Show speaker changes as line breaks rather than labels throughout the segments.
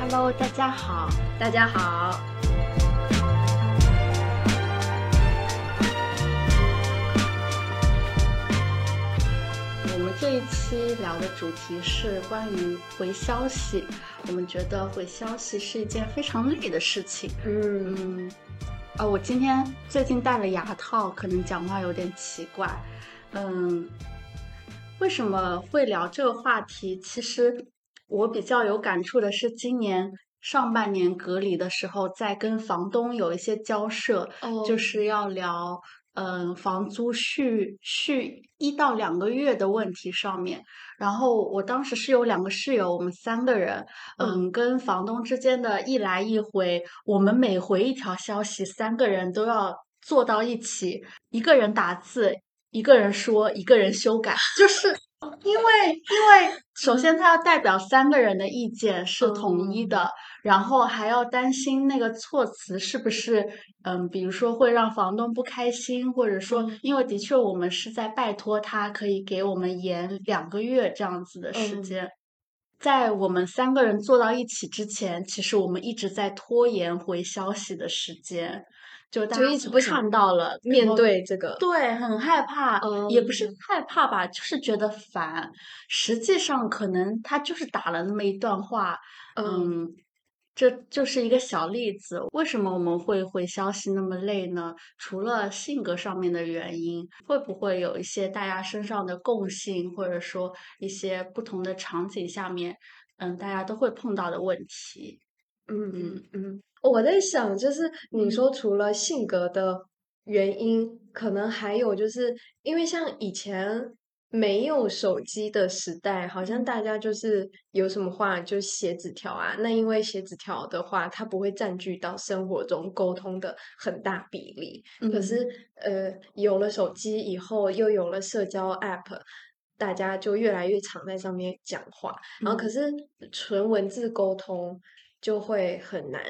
Hello，大家好。
大家好，
我们这一期聊的主题是关于回消息。我们觉得回消息是一件非常累的事情。
嗯，
嗯，啊，我今天最近戴了牙套，可能讲话有点奇怪。嗯，为什么会聊这个话题？其实我比较有感触的是，今年上半年隔离的时候，在跟房东有一些交涉，
哦
就
就是
要聊。嗯，房租续续一到两个月的问题上面，然后我当时是有两个室友，我们三个人，嗯，跟房东之间的一来一回，我们每回一条消息，三个人都要坐到一起，一个人打字，一个人说，一个人修改，就是因为因为首先他要代表三个人的意见是
嗯
统一的，然后还要担心那个措辞是不是嗯，比如说会让房东不开心，或者说
嗯
因为的确我们是在拜托他可以给我们延两个月这样子的时
嗯
间。在我们三个人坐到一起之前，其实我们一直在拖延回消息的时间，就大
就
家
一直
都
不想
看到了，然
面
后
对这个，
对，很害怕，也不是
嗯
害怕吧，就是觉得烦。实际上，可能他就是打了那么一段话，
嗯
嗯，这就是一个小例子。为什么我们会回消息那么累呢？除了性格上面的原因，会不会有一些大家身上的共性，或者说一些不同的场景下面，嗯，大家都会碰到的问题？
嗯
嗯
嗯嗯，我在想，就是你
嗯
说除了性格的原因，可能还有就是因为像以前没有手机的时代，好像大家就是有什么话就写纸条啊。那因为写纸条的话，它不会占据到生活中沟通的很大比例。可
嗯
是呃，有了手机以后，又有了社交 app。大家就越来越常在上面讲话，然后可
嗯
是纯文字沟通就会很难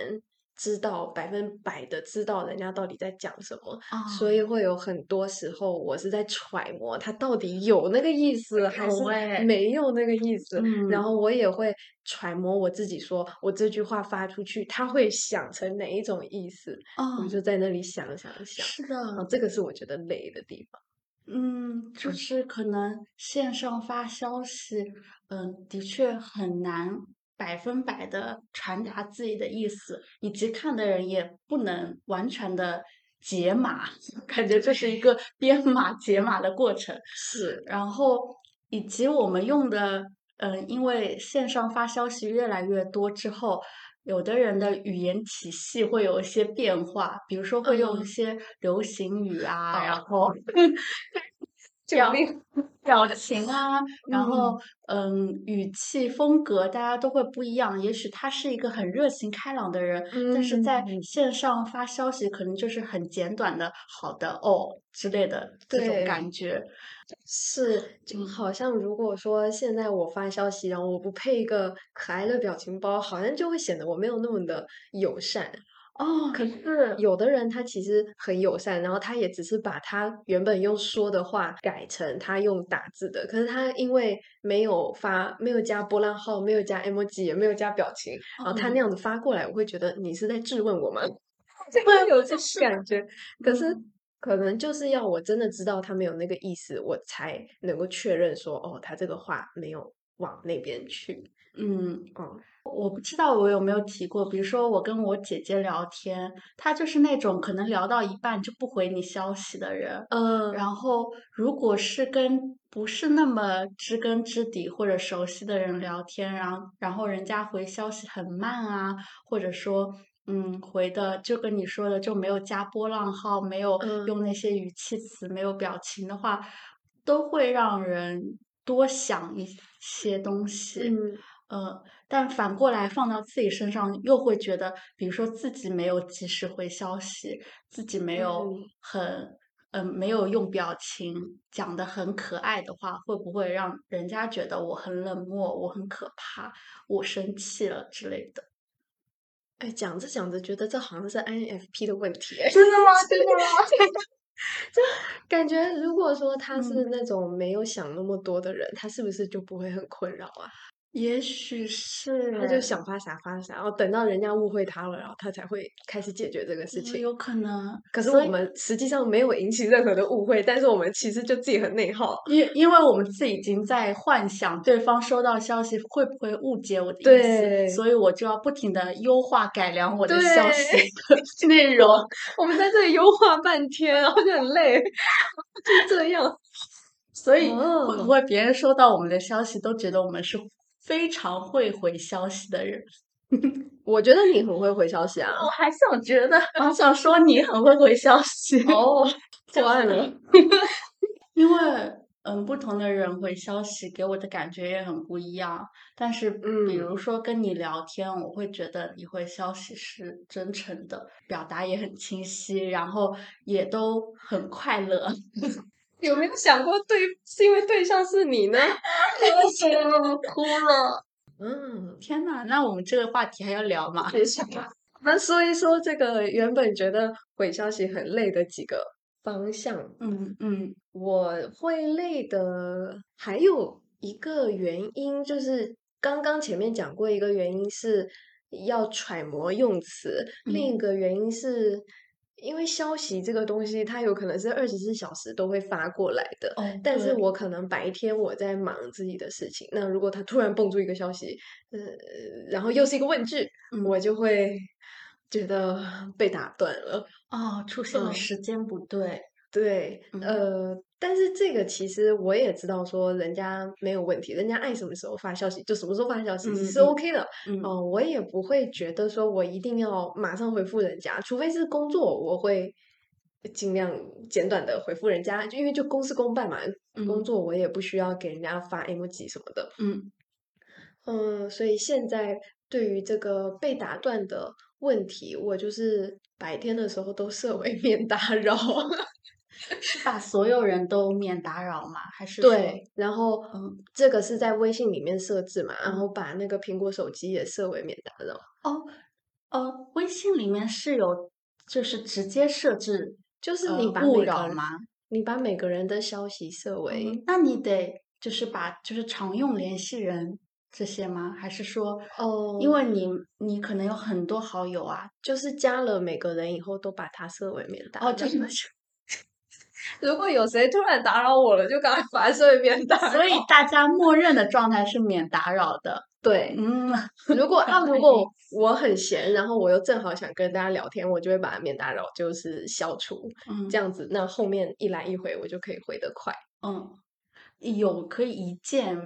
知道百分百的知道人家到底在讲什么，
啊，
所以会有很多时候我是在揣摩他到底有那个意思还是
有哎，
没有那个意思，
嗯
然后我也会揣摩我自己说，我这句话发出去他会想成哪一种意思，我
哦，
就在那里想想想，嗯
是的，
然后这个是我觉得累的地方，
嗯，就
嗯
是可能线上发消息，嗯，的确很难百分百的传达自己的意思，以及看的人也不能完全的解码， 感觉这是一个编码解码的过程。
是，
然后以及我们用的，嗯，因为线上发消息越来越多之后，有的人的语言体系会有一些变化，比如说会用一
嗯，
些流行语啊，然
哦，
后
救
表
命，
表情啊，然
嗯
后嗯，语气风格大家都会不一样。也许他是一个很热情开朗的人，但是在
嗯。
线上发消息可能就是很简短的“好的”“哦”之类的这种
对，
感觉。
是，就
嗯。
好像如果说现在我发消息，然后我不配一个可爱的表情包，好像就会显得我没有那么的友善。
哦，
可是
是，
有的人他其实很友善，然后他也只是把他原本用说的话改成他用打字的，可是他因为没有发，没有加波浪号，没有加 emoji，也没有加表情，然哦后他那
嗯，
样子发过来，我会觉得你是在质问我吗？ 啊就会
对，
有这
就
种
是，
感觉。可是
嗯
可能就是要我真的知道他没有那个意思，我才能够确认说，哦，他这个话没有往那边去。
嗯，
哦，
我不知道我有没有提过，比如说我跟我姐姐聊天，她就是那种可能聊到一半就不回你消息的人。
嗯
然后，如果是跟不是那么知根知底或者熟悉的人聊天，然后然后人家回消息很慢啊，或者说，嗯，回的就跟你说的就没有加波浪号，没有
嗯，
用那些语气词，没有表情的话，都会让人多想一些东西。
嗯，
呃，但反过来放到自己身上，又会觉得，比如说自己没有及时回消息，自己没有
嗯，
很，嗯、没有用表情讲的很可爱的话，会不会让人家觉得我很冷漠，我很可怕，我生气了之类的？
哎，讲着讲着，觉得这好像是 INFP 的问 题。哎
真的吗？真的吗？
感觉如果说他是
嗯。
那种没有想那么多的人，他是不是就不会很困扰啊？
也许是
他就想发啥发啥，然后等到人家误会他了，然后他才会开始解决这个事
有嗯
情。
有可能，
可是
所
我
以
们实际上没有引起任何的误会，但是我们其实就自己很内耗。
因因为我们自己已经在幻想对方收到消息会不会误解我的
对
意思，所以我就要不停的优化改良我的消息 的
对
内容。
我们在这里优化半天，然后就很累， 就这样。
所以会
哦
不会别人收到我们的消息都觉得我们是非常会回消息的人？
我觉得你很会回消息啊。
我还想觉得，我还想说你很会回消息，
哦，破案了。
因为嗯，不同的人回消息给我的感觉也很不一样。但是，比
嗯
如说跟你聊天，我会觉得你回消息是真诚的，表达也很清晰，然后也都很快乐。
有没有想过对，是因为对象是你 呢？
我哭了，
嗯，
天呐，那我们这个话题还要聊吗？
别想了。那说一说这个原本觉得回消息很累的几个方向，
嗯嗯
我会累的还有一个原因就是刚刚前面讲过一个原因是要揣摩用词，另一
嗯
个原因是因为消息这个东西它有可能是二十四小时都会发过来的，
哦，
但是
对，
我可能白天我在忙自己的事情，那如果他突然蹦出一个消息，呃，然后又是一个问句，
嗯
我就会觉得被打断了。
哦，出现的
嗯
时间不对，
对，
嗯
呃，但是这个其实我也知道，说人家没有问题，人家爱什么时候发消息就什么时候发消息
嗯
是
嗯
OK 的。
嗯
哦、我也不会觉得说我一定要马上回复人家，除非是工作，我会尽量简短的回复人家，就因为就公事公办嘛，工
嗯
作我也不需要给人家发 emoji 什么的。
嗯
嗯，所以现在对于这个被打断的问题，我就是白天的时候都设为 免打扰。
是把所有人都免打扰吗？还是说，
对，然后
嗯，
这个是在微信里面设置嘛，然
嗯
后把那个苹果手机也设为免打扰，
哦，呃，微信里面是有，就是直接设置
就是
呃
你把
勿
每个
扰
人
吗？
你把每个人的消息设为
嗯，那你得就是把就是常用联系人这些吗？还是说，
哦，
因为你你可能有很多好友啊，
就是加了每个人以后都把它设为免打扰。
哦，就是
如果有谁突然打扰我了，就赶快把它设为免打扰。
所以大家默认的状态是免打扰的。
对，
嗯，
如 果啊，
对
如果我很闲，然后我又正好想跟大家聊天，我就会把免打扰就是消除，
嗯
这样子，那后面一来一回我就可以回得快。
嗯，有可以一键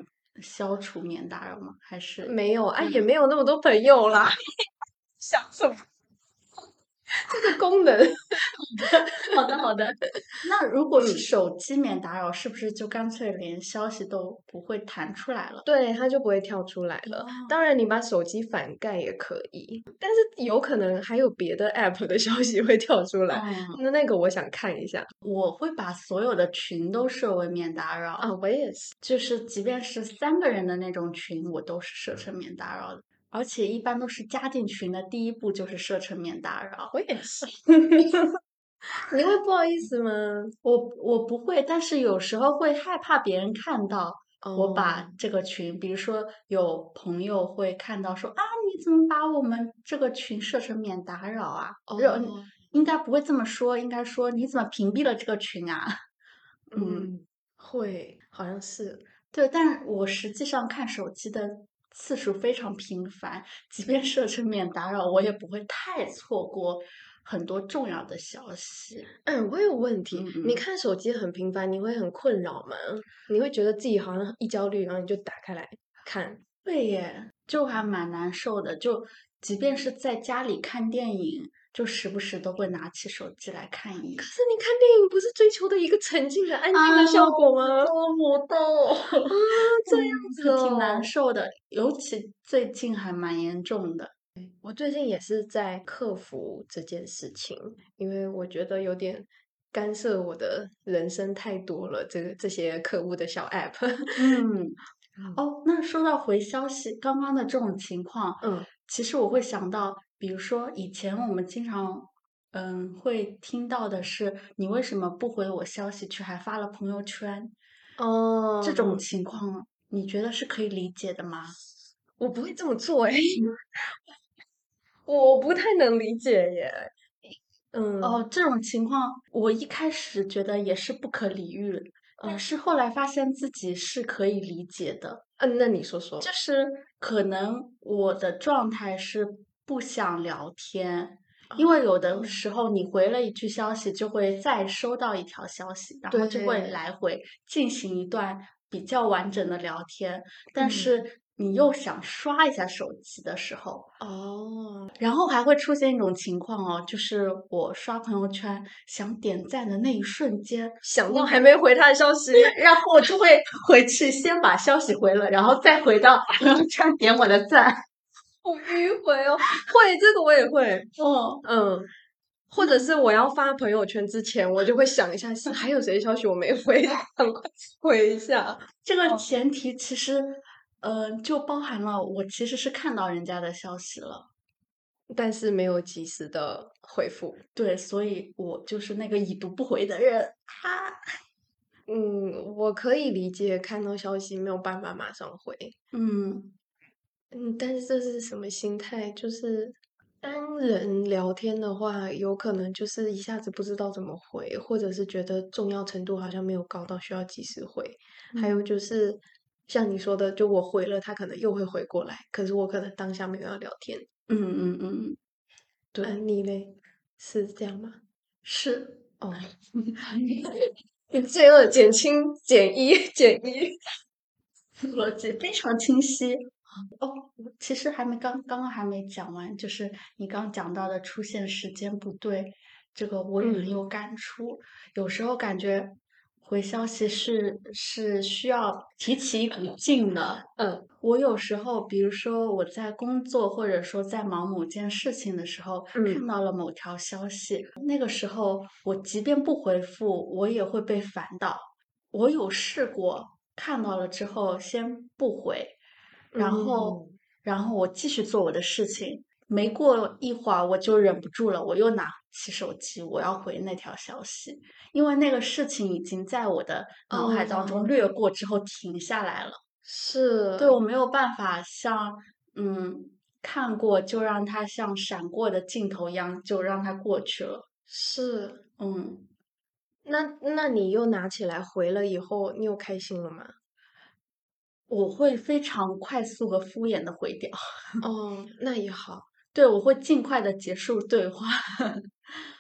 消除免打扰吗？还是
没有啊，
嗯
也没有那么多朋友啦，想什么？ 这个功能，
好的，好的。那如果是
嗯
手机免打扰，是不是就干脆连消息都不会弹出来了？
对，它就不会跳出来了。当然，你把手机反盖也可以，但是有可能还有别的 app 的消息会跳出来，
嗯，
那那个我想看一下
我会把所有的群都设为免打扰，
啊，我也是，
就是即便是三个人的那种群，我都是设成免打扰的。而且一般都是加进群的第一步就是设成免打扰。
我也是。 你会不好意思吗？
我我不会，但是有时候会害怕别人看到我把这个群，比如说有朋友会看到说啊，你怎么把我们这个群设成免打扰啊？
哦，
然后
哦
应该不会这么说，应该说你怎么屏蔽了这个群啊？嗯，
嗯，会，好像是，
对，但我实际上看手机的次数非常频繁，即便设成免打扰，我也不会太错过很多重要的消息。
嗯， 我有问题。
嗯
你
嗯。
看手机很频繁，你会很困扰吗？你会觉得自己好像一焦虑，然后你就打开来看。
对耶，就还蛮难受的。就即便是在家里看电影，就时不时都会拿起手机来看一眼。
可是你看电影不是追求的一个沉浸的、安静
啊
的效果吗？啊，
我我都
这样子
嗯挺
哦
难。受的，尤其最近还蛮严重的。
我最近也是在克服这件事情，因为我觉得有点干涉我的人生太多了。这个这些可恶的小 app，
嗯，
嗯
哦，那说到回消息，刚刚的这种情况，
嗯
其实我会想到，比如说以前我们经常。嗯，会听到的是你为什么不回我消息，却还发了朋友圈？
哦，
这种
嗯
情况，你觉得是可以理解的吗？
我不会这么做哎、 我不太能理解耶。嗯，
哦，这种情况我一开始觉得也是不可理喻，但
嗯
是后来发现自己是可以理解的。
嗯，那你说说，
就是可能我的状态是不想聊天，因
哦
为有的时候你回了一句消息，就会再收到一条消息，然后就会
对
来回进行一段比较完整的聊天。但
嗯
是你又想刷一下手机的时候，
哦，
然后还会出现一种情况哦，就是我刷朋友圈想点赞的那一瞬间，
想
我
到还没回他的消息，
然后我就会回去先把消息回了，然后再回到朋友圈点我的赞。
好迂回哦， 会这个我也会，
哦，
嗯，或者是我要发朋友圈之前，我就会想一下，是还有谁消息我没回， 赶快回一下。
这
哦
个前提其实，呃，就包含了我其实是看到人家的消息了，
但是没有及时的回复，
对，所以我就是那个已读不回的人。哈，
嗯，我可以理解看到消息没有办法马上回，
嗯，
嗯，但是这是什么心态？就是单人聊天的话，有可能就是一下子不知道怎么回，或者是觉得重要程度好像没有高到需要及时回。还有
嗯
就是像你说的，就我回了，他可能又会回过来，可是我可能当下没有要聊天。
嗯嗯嗯，对，
嗯、你嘞是这样吗？
是。
哦，罪恶减轻减一减一，
逻辑非常清晰。哦，我其实还没刚刚刚还没讲完，就是你刚讲到的出现时间不对，这个我也很
嗯
有感触。有时候感觉回消息是是需要提起一股劲的。
嗯
我有时候，比如说我在工作或者说在忙某件事情的时候，
嗯
看到了某条消息，那个时候我即便不回复，我也会被烦到。我有试过，看到了之后先不回，然后
嗯
然后我继续做我的事情。没过一会儿，我就忍不住了，我又拿起手机，我要回那条消息，因为那个事情已经在我的脑海当
哦
中掠过之后停下来了。
是，
对我没有办法像嗯看过就让它像闪过的镜头一样就让它过去了。
是。
嗯，
那那你又拿起来回了以后，你有开心了吗？
我会非常快速和敷衍的回掉，
哦，那也好。
对我会尽快的结束对话。
嗯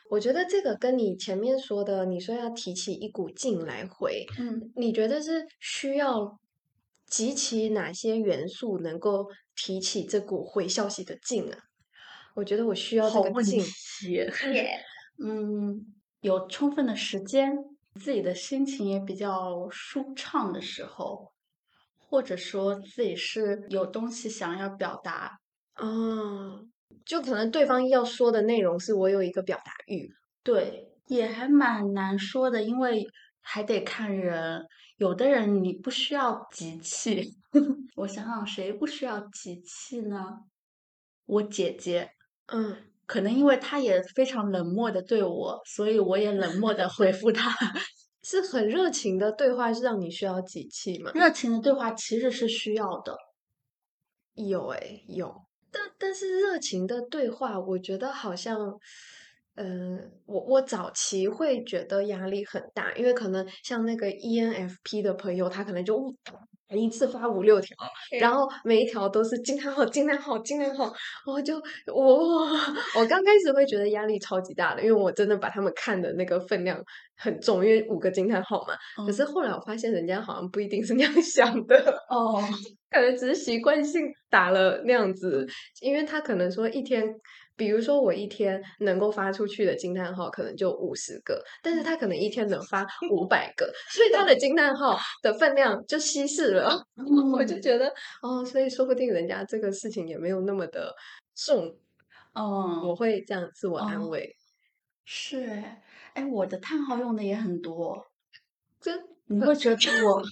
我觉得这个跟你前面说的，你说要提起一股劲来回，
嗯
你觉得是需要集齐哪些元素能够提起这股回消息的劲啊？我觉得我需要这
好
个
问
劲。
题。 嗯，有充分的时间，自己的心情也比较舒畅的时候，或者说自己是有东西想要表达。
哦，就可能对方要说的内容是我有一个表达欲。
对，也还蛮难说的，因为还得看人。有的人你不需要集气， 我想想谁不需要集气呢？我姐姐，
嗯，
可能因为她也非常冷漠的对我，所以我也冷漠的回复她。
是很热情的对话，是让你需要集气吗？
热情的对话其实是需要的，
有诶、有，但但是热情的对话，我觉得好像，嗯、我我早期会觉得压力很大，因为可能像那个 E ENFP 的朋友，他可能就呜一次发五六条，然后每一条都是惊叹号、惊叹号、惊叹号，我就我我刚开始会觉得压力超级大的，因为我真的把他们看的那个分量很重，因为五个惊叹号嘛。可
嗯
是后来我发现，人家好像不一定是那样想的。
哦，
可能只是习惯性打了那样子，因为他可能说一天，比如说我一天能够发出去的惊叹号可能就五十个，但是他可能一天能发五百个，所以他的惊叹号的分量就稀释了。 我就
嗯
觉得哦，所以说不定人家这个事情也没有那么的重，
嗯
我会这样自我安
哦
慰。
是哎，哎，我的叹号用的也很多，
真
你会觉得我
呃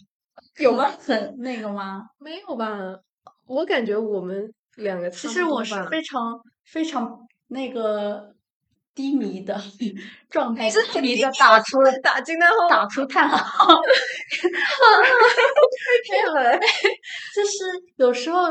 有吗？
很那个吗？
没有吧？我感觉我们两个
其
差不
实
多
我是
吧。
非常非常那个低迷的 状态，
是
低
很
迷
低
的打出了
打惊叹号
打出叹号。
没有了。
就是有时候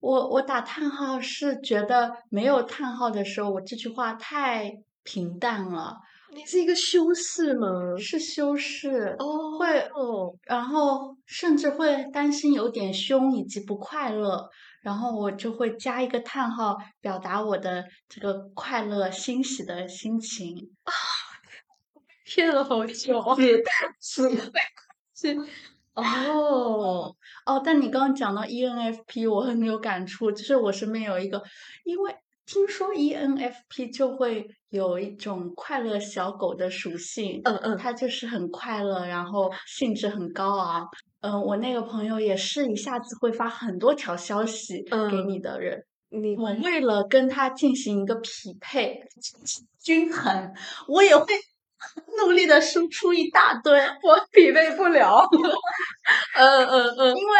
我我打叹号是觉得没有叹号的时候，我这句话太平淡了，
你是一个修饰吗？
是修饰，
哦，
会
哦，
然后甚至会担心有点凶以及不快乐，然后我就会加一个叹号，表达我的这个快乐欣喜的心情。
骗了好久哦。
是是
是哦，
哦，但你刚刚讲到 ENFP，我很有感触，就是我身边有一个，因为听说 E ENFP 就会有一种快乐小狗的属性，
嗯嗯，
它就是很快乐，然后兴致很高昂。嗯，我那个朋友也是一下子会发很多条消息给
嗯
你的人，
你
我为了跟他进行一个匹配、均衡，我也会 努力的输出一大堆。
我匹配不了。嗯嗯嗯，
因为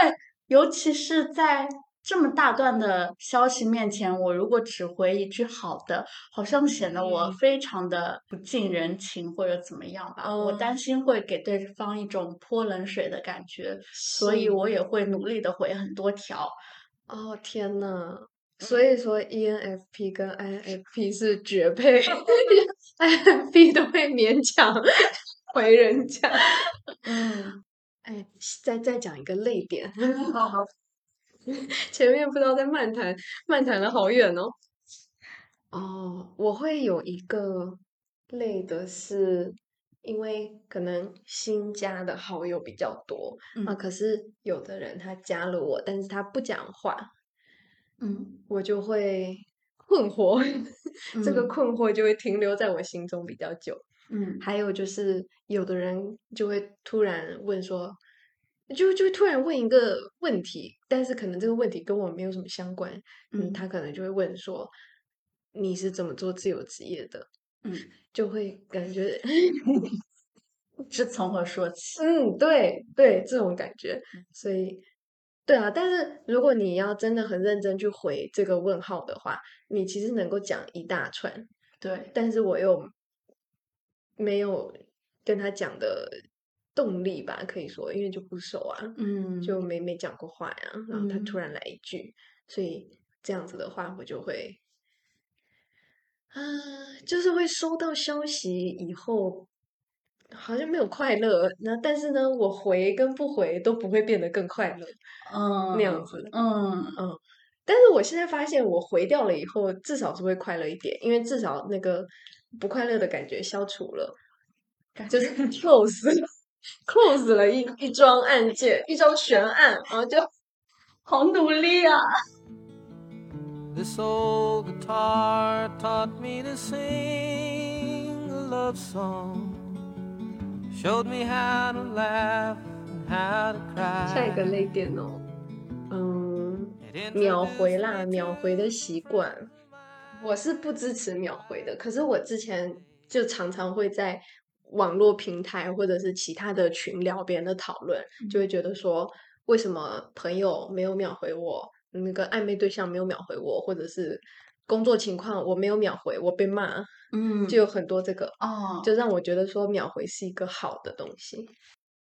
尤其是在这么大段的消息面前，我如果只回一句好的，好像显得我
嗯
非常的不近人情或者怎么样吧。我
嗯
担心会给对方一种泼冷水的感觉，所以
是
我也会努力的回很多条。
哦天呐，所以说，E ENFP 跟 INFP 是绝配，INFP 都会勉强 回人家。
嗯，
哎，再再讲一个泪点，
好好，
前面不知道在漫谈，漫谈了好远哦。哦，我会有一个累的是，因为可能新加的好友比较多 啊，
嗯
可是有的人他加了我，但是他不讲话，
嗯，
我就会困惑， 这个
嗯
困惑就会停留在我心中比较久。
嗯
还有就是，有的人就会突然问说，就就会突然问一个问题，但是可能这个问题跟我没有什么相关，嗯，
嗯
他可能就会问说，你是怎么做自由职业的？
嗯，
就会感觉，
是从何说起？
嗯，对对，这种感觉，所以。对啊，但是如果你要真的很认真去回这个问号的话，你其实能够讲一大串，
对，
但是我又没有跟他讲的动力吧，可以说，因为就不熟啊，
嗯，
就没没讲过话呀、然后他突
嗯
然来一句，所以这样子的话，我就会，啊、就是会收到消息以后，好像没有快乐，那但是呢，我回跟不回都不会变得更快乐
嗯
那样子。
嗯
但是我现在发现，我回掉了以后，至少是会快乐一点，因为至少那个不快乐的感觉消除了，
感
就是 close close 了一一桩案件，一桩悬案，然后就
好努力啊！
This old guitar taught me to sing a love song, showed me how to laugh and how to
下一个泪
cry.
点哦，嗯，
It introduced
秒回啦，
me
秒
to
回的习惯，我是不支持秒回的，可是我之前就常常会在网络平台或者是其他的群聊别人的讨论，就会觉得说为什么朋友没有秒回我，那个暧昧对象没有秒回我，或者是工作情况我没有秒回，我被骂，
嗯，
就有很多这个，
哦，
就让我觉得说秒回是一个好的东西。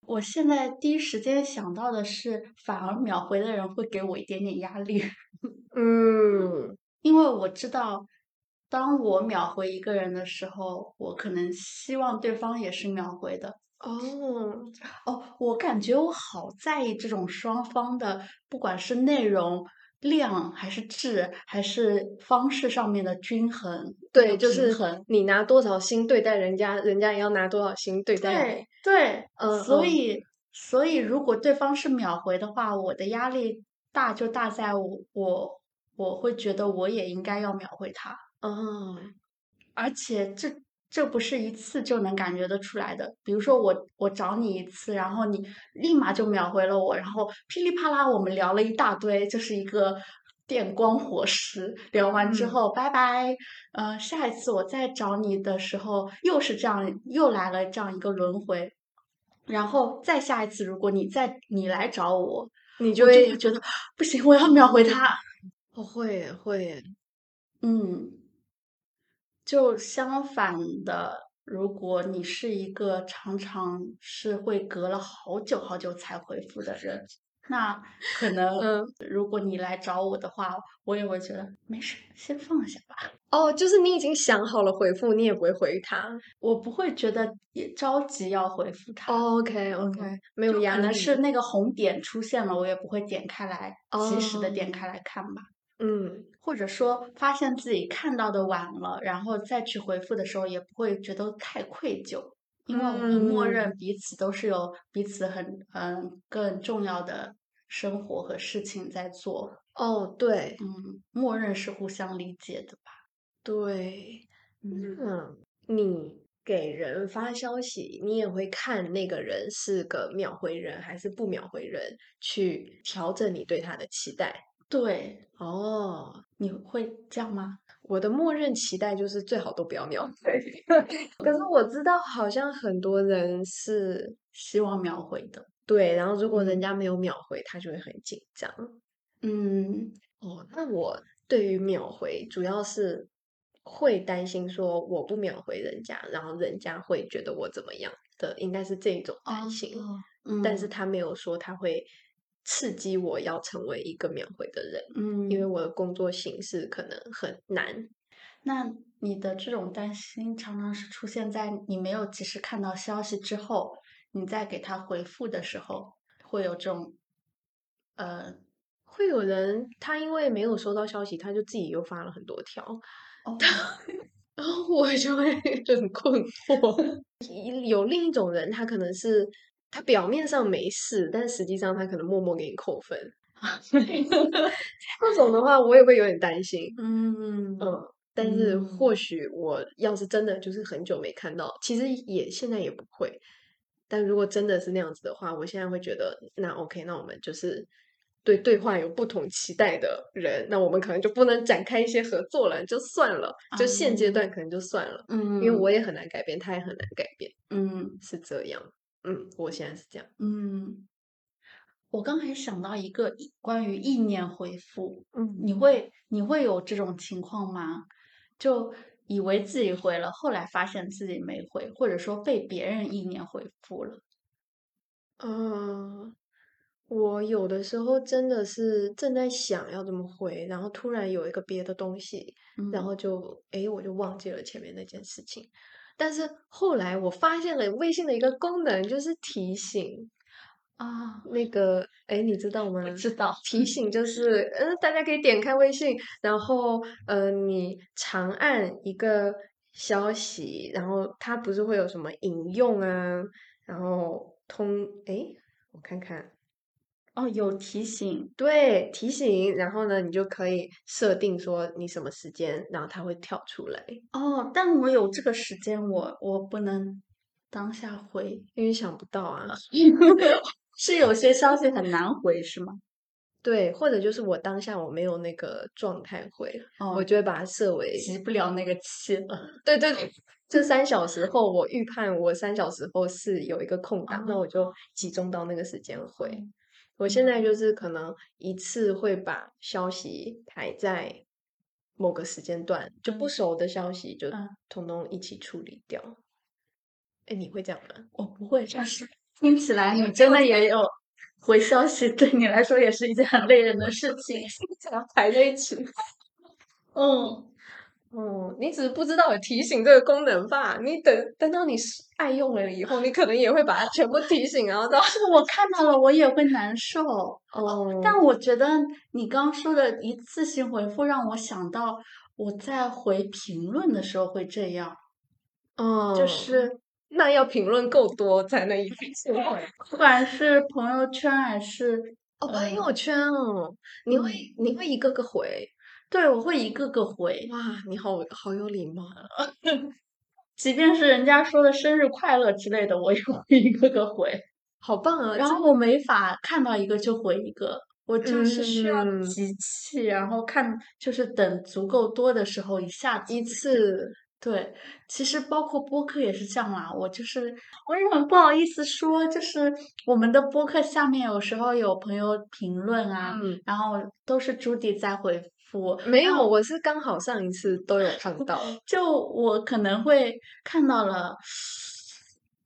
我现在第一时间想到的是，反而秒回的人会给我一点点压力，
嗯，
因为我知道，当我秒回一个人的时候，我可能希望对方也是秒回的。
哦，
哦，我感觉我好在意这种双方的，不管是内容量还是质还是方式上面的均衡，
对，就
平
是
衡
你拿多少心对待人家，人家也要拿多少心对待你。
对对，
嗯
所
嗯
以所以如果对方是秒回的话，我的压力大就大在我我我会觉得我也应该要秒回他，
哦，
而且这这不是一次就能感觉得出来的。比如说我我找你一次，然后你立马就秒回了我，然后噼里啪啦我们聊了一大堆，就是一个。电光火石，聊完之
嗯
后，拜拜。呃，下一次我再找你的时候，又是这样，又来了这样一个轮回。然后再下一次，如果你再你来找我，
你
我就
就会
会觉得啊不行，我要秒回他。
哦，会耶会耶，
嗯，就相反的，如果你是一个常常是会隔了好久好久才回复的人，那可能
嗯，
如果你来找我的话，我也会觉得没事，先放下吧。
哦，就是你已经想好了回复，你也不会回他。
我不会觉得也着急要回复他。
OK OK，没
哦就
有压
可能
力
是那个红点出现了，我也不会点开来，及时的点
哦
开来看吧。
嗯
或者说发现自己看到的晚了，然后再去回复的时候，也不会觉得太愧疚，因为我们默
嗯
认彼此都是有彼此很嗯更重要的生活和事情在做，
哦对
嗯，默认是互相理解的吧，
对，
嗯，
嗯，你给人发消息，你也会看那个人是个秒回人还是不秒回人，去调整你对他的期待。
对，
哦，
你会这样吗？
我的默认期待就是最好都不要秒回。 可是我知道，好像很多人是
希望秒回的，
对，然后如果人
嗯
家没有秒回，他就会很紧张。
嗯
哦，那我对于秒回主要是会担心说我不秒回人家，然后人家会觉得我怎么样的，应该是这种担心。
哦嗯，
但是他没有说他会刺激我要成为一个秒回的人，
嗯，
因为我的工作形式可能很难。
那你的这种担心常常是出现在你没有及时看到消息之后，你再给他回复的时候，会有这种，呃，
会有人他因为没有收到消息，他就自己又发了很多条，
哦
然后我就会 就很困惑。 一有另一种人，他可能是他表面上没事，但实际上他可能默默给你扣分。这种的话，我也会有点担心。
嗯
嗯，但是
嗯
或许我要是真的就是很久没看到，其实也现在也不会。但如果真的是那样子的话，我现在会觉得，那 OK，那我们就是对对话有不同期待的人，那我们可能就不能展开一些合作了，就算了，就现阶段可能就算了，
啊嗯，
因为我也很难改变，他也很难改变，
嗯
是这样。嗯，我现在是这样。
嗯，我刚才想到一个意关于意念回复，
嗯，
你会你会有这种情况吗？就以为自己回了，后来发现自己没回，或者说被别人意念回复了。
嗯，我有的时候真的是正在想要怎么回，然后突然有一个别的东西，然
嗯
后就诶，我就忘记了前面那件事情。但是后来我发现了微信的一个功能，就是提醒
啊，
那个诶，你知道吗？
我知道，
提醒就是，嗯，大家可以点开微信，然后呃，你长按一个消息，然后它不是会有什么引用啊，然后通，诶，我看看，
哦，有提醒，
对，提醒，然后呢，你就可以设定说你什么时间，然后它会跳出来，
哦，但我有这个时间，我我不能当下回，
因为想不到啊，
是有些消息很难回是吗？
对，或者就是我当下我没有那个状态回，
哦，
我就会把它设为，
急不了那个气了。
对对对，这三小时后我预判我三小时后是有一个空档，那我就集中到那个时间回。我现在就是可能一次会把消息排在某个时间段，就不
嗯
熟的消息就
嗯
统统一起处理掉。哎，你会这样吗？
我不会，但是 听起来你真的也有回消息，对你来说也是一件很累人的事 情。
排在一起。
嗯，
哦，你只是不知道有提醒这个功能吧？你等等到你是爱用了以后，你可能也会把它全部提醒，然后 到
是我看到了，我也会难受。
哦
但我觉得你刚说的一次性回复让我想到，我在回评论的时候会这样，
哦，
就。是
那要评论够多才能一次性回
不管是朋友圈还是
哦，朋友圈哦，你会你会一个个回
对，我会一个个回，
哇，你好好有礼貌啊！
即便是人家说的生日快乐之类的，我也会一个个回。
好棒啊！
然
这
后我没法看到一个就回一个，我就是需要
嗯
集气，然后看就是等足够多的时候一下子
一
回
次
对，其实包括播客也是这样啦。我就是我也很不好意思说，就是我们的播客下面有时候有朋友评论啊，
嗯，
然后都是朱迪在回复。
没有，我是刚好上一次都有看到
就我可能会看到了，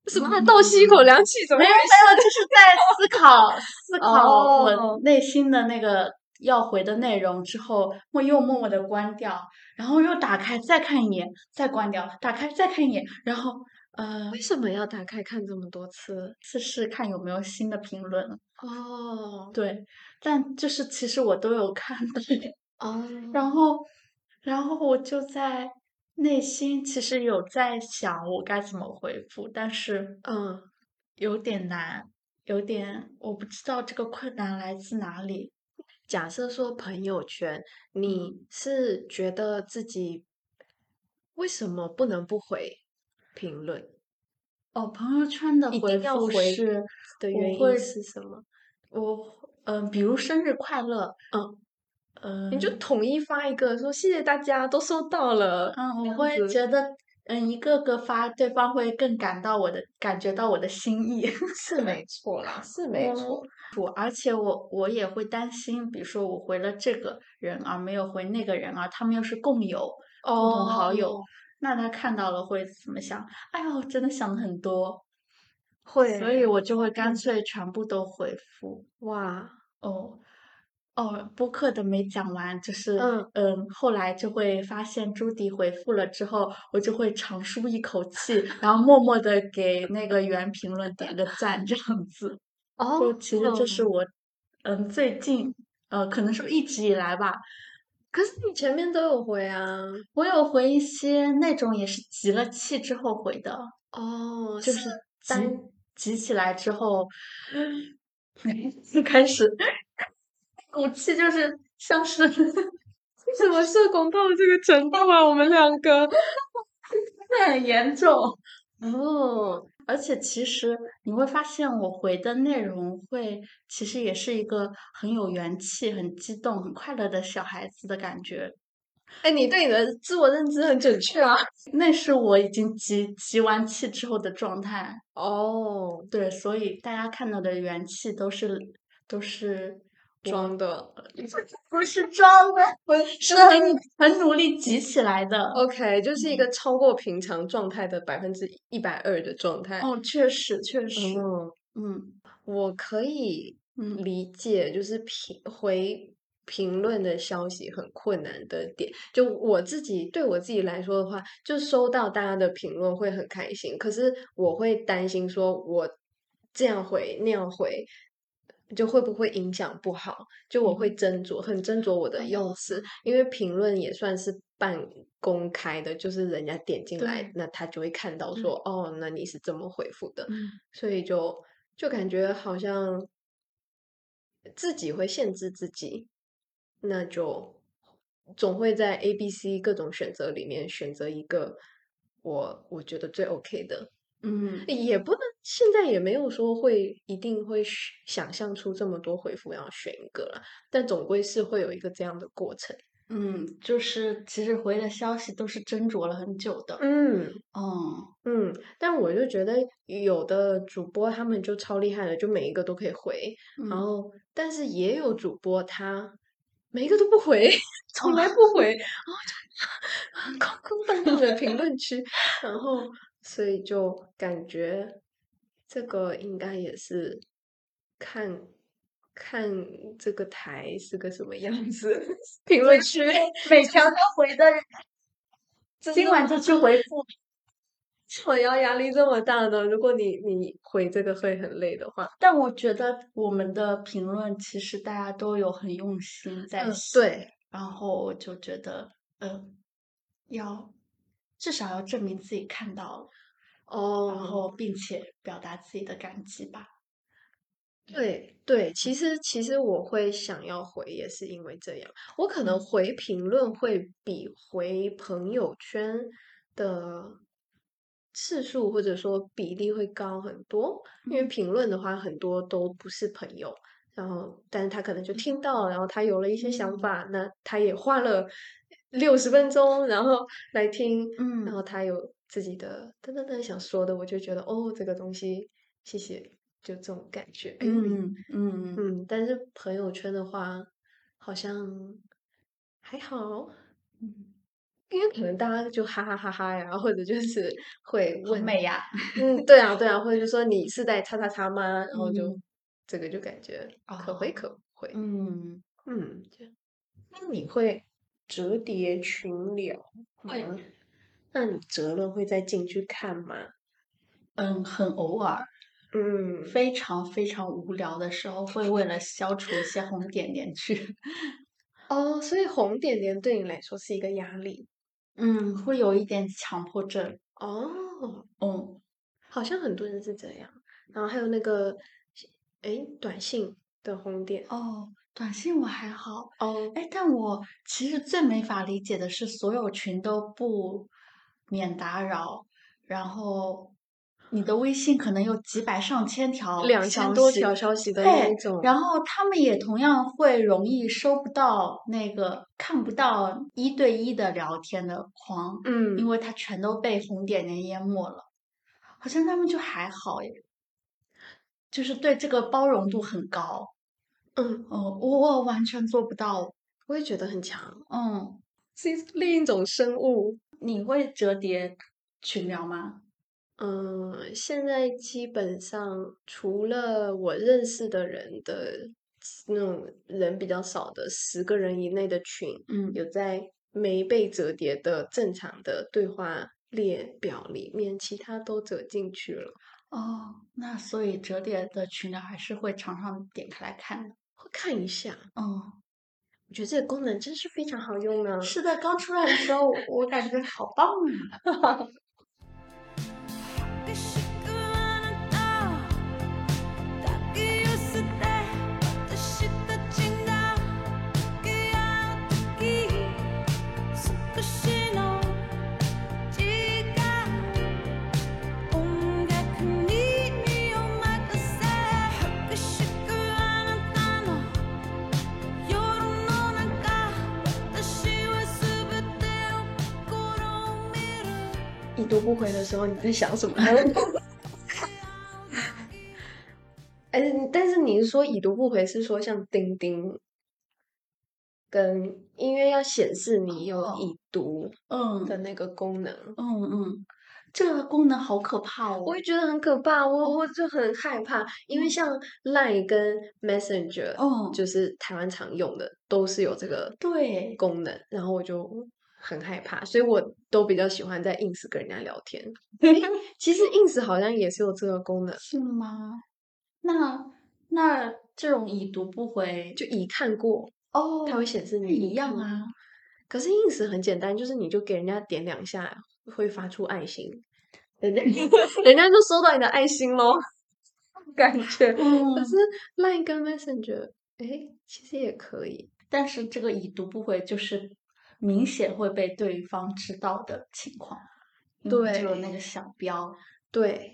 什么倒吸一口凉气，怎么
没有没
回事？
有，就是在思考思思考我
哦
内心的那个要回的内容之后，我又默默的关掉，然后又打开再看一眼，再关掉，打开再看一眼，然后呃，
为什么要打开看这么多次？
试试看有没有新的评论。
哦
对，但就是其实我都有看的，
哦，
然后，然后我就在内心其实有在想我该怎么回复，但是
嗯，
有点难，有点我不知道这个困难来自哪里。
假设说朋友圈，你
嗯
是觉得自己为什么不能不回评论
哦，朋友圈的
一
回
定要
复
回
是，我
的原
会
因是什么？
我嗯、比如生日快乐，
嗯
嗯，
你就统一发一个说谢谢大家都收 到了，
嗯，
这
我
样
会
子
觉得嗯一个个发，对方会更感到我的感觉到我的心意。
是没错啦，是没
嗯
错。
而且我我也会担心，比如说我回了这个人而没有回那个人，而他们又是共友，共同好友
哦
那他看到了会怎么想？哎呦，真的想的很多，
会，
所以我就会干
嗯
脆全部都回复。
哇，
哦哦，播客的没讲完，就是
嗯
嗯，后来就会发现朱迪回复了之后，我就会长舒一口气，然后默默的给那个原评论点个赞，这样子。就
哦，
其实这是我，嗯，最近，呃，可能说一直以来吧，
可是你前面都有回啊，
我有回一些那种也是急了气之后回的，
哦，
就是 是急
单
急起来之后， 就开始， 骨气就是像是
怎么社恐到了这个程度啊？我们两个，
很严重。
哦，
而且其实你会发现，我回的内容会其实也是一个很有元气、很激动、很快乐的小孩子的感觉。
哎，你对你的自我认知很准确啊。
那是我已经集集完气之后的状态。
哦，
对，所以大家看到的元气都是都是
装的，
不是装的，
不是
是很哦很努力集起来的。
OK，就是一个超过平常状态的百分之一百二的状态。
哦，确实确实，
嗯，
嗯
我可以
嗯
理解，就是评回评论的消息很困难的点。就我自己对我自己来说的话，就收到大家的评论会很开心，可是我会担心说，我这样回那样回，就会不会影响不好？就我
嗯
会斟酌，很斟酌我的用词，因为评论也算是半公开的，就是人家点进来
对，
那他就会看到
嗯
说，哦，那你是这么回复的。
嗯，
所以就就感觉好像自己会限制自己，那就总会在 A、B、C 各种选择里面选择一个我我觉得最 OK 的，
嗯
也不能现在也没有说会一定会是想象出这么多回复然后选一个啦，但总归是会有一个这样的过程。
嗯，就是其实回的消息都是斟酌了很久的。
嗯。
嗯
嗯，但我就觉得有的主播他们就超厉害的，就每一个都可以回，然
嗯，
后，但是也有主播他每一个都 不回，从来不回，然后就 空空荡荡的评论区，然后所以就感觉这个应该也是看看这个台是个什么样子， 评论区
每条都回的，
真
今
的
晚就去回复。
我要压力这么大的，如果你你回这个会很累的话，
但我觉得我们的评论其实大家都有很用心在
嗯，
写。
对，
然后我就觉得，嗯，要至少要证明自己看到了，
哦，
然后并且表达自己的感激吧。嗯
对对，其实其实我会想要回，也是因为这样。我可能
嗯
回评论会比回朋友圈的次数或者说比例会高很多，因为
嗯
评论的话很多都不是朋友，然后但是他可能就听到了，然后他有了一些想
嗯
法，那他也花了六十分钟，然后来听，然后
嗯，
他有自己的噔噔噔想说的，我就觉得哦，这个东西谢谢，就这种感觉。
嗯嗯
嗯，但是朋友圈的话，好像还好，
嗯，
因为可能大家就哈哈哈哈呀，或者就是会
很
问，
美呀。
嗯，对啊，对啊，或者就说你是在叉叉叉吗？然后就
嗯
这个就感觉可
哦
回可不回。
嗯，
嗯，这样
那你会折叠群聊
会
吗？那你折了会再进去看吗？
嗯，很偶尔，
嗯，
非常非常无聊的时候，会为了消除一些红点点去，
哦，所以红点点对你来说是一个压力
嗯，会有一点强迫症，
哦，
嗯，
好像很多人是这样。然后还有那个，哎，短信的红点
哦，短信我还好，
哦，
哎，但我其实最没法理解的是，所有群都不免打扰，然后你的微信可能有几百上千条，
两千多条。消息的那
对
一种，
然后他们也同样会容易收不到那个看不到一对一的聊天的框，
嗯
因为它全都被红点点淹没了。好像他们就还好耶，就是对这个包容度很高。
嗯，
嗯，我我完全做不到。
我也觉得很强，
嗯，
是另一种生物。
你会折叠群聊吗？
嗯，现在基本上除了我认识的人的那种人比较少的十个人以内的群，
嗯
有在没被折叠的正常的对话列表里面，其他都折进去了。
哦，那所以折叠的群聊还是会常常点开来看的。
会看一下，
嗯，
我觉得这个功能真是非常好用呢。
是的，刚出来的时候我感觉好棒啊。
しくはなた抱き寄せて私たちが向き合う時少しの時間音楽に身を任せ激しくあなたの夜の中私は全てを試みる
已读不回的时候，你在想什么？哎，但是你是说已读不回是说像钉钉，跟因为要显示你有
哦
已读
嗯
的那个功能，
嗯嗯，这个功能好可怕哦。
我也觉得很可怕，我我就很害怕，因为像 Line 跟 Messenger，
嗯，
就是台湾常用的，都是有这个
对
功能，然后我就很害怕，所以我都比较喜欢在 Ins 跟人家聊天。 诶其实 Ins 好像也是有这个功能，
是吗？那那这种已读不回
就已看过，
哦，
它会显示
那
你
一
已
样
看。
啊。
可是 Ins 很简单，就是你就给人家点两下，会发出爱心， 人家人家就收到你的爱心喽，感觉。
嗯
可是 Line 跟 Messenger，哎，其实也可以。
但是这个已读不回就是明显会被对方知道的情况，嗯
对
就有那个小标，
对，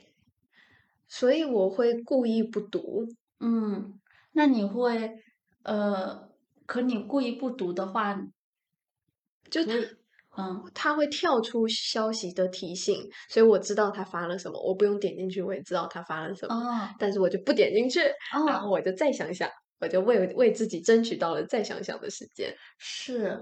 所以我会故意不读，
嗯，那你会呃，可你故意不读的话，
就
所以
它
嗯，
它会跳出消息的提醒，所以我知道他发了什么，我不用点进去，我也知道他发了什么，
哦
但是我就不点进去，然
哦，
后我就再想想，我就为为自己争取到了再想想的时间。
是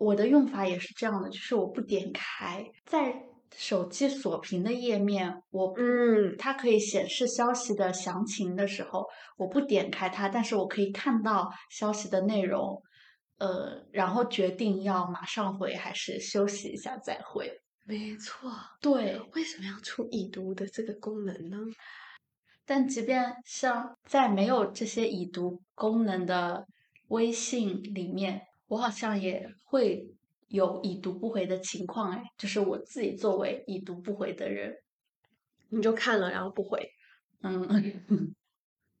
我的用法也是这样的，就是我不点开，在手机锁屏的页面，我不
嗯，
它可以显示消息的详情的时候，我不点开它，但是我可以看到消息的内容，呃，然后决定要马上回还是休息一下再回。
没错。
对，
为什么要出已读的这个功能呢？
但即便像在没有这些已读功能的微信里面，我好像也会有已读不回的情况，哎，就是我自己作为已读不回的人，
你就看了然后不回，
嗯，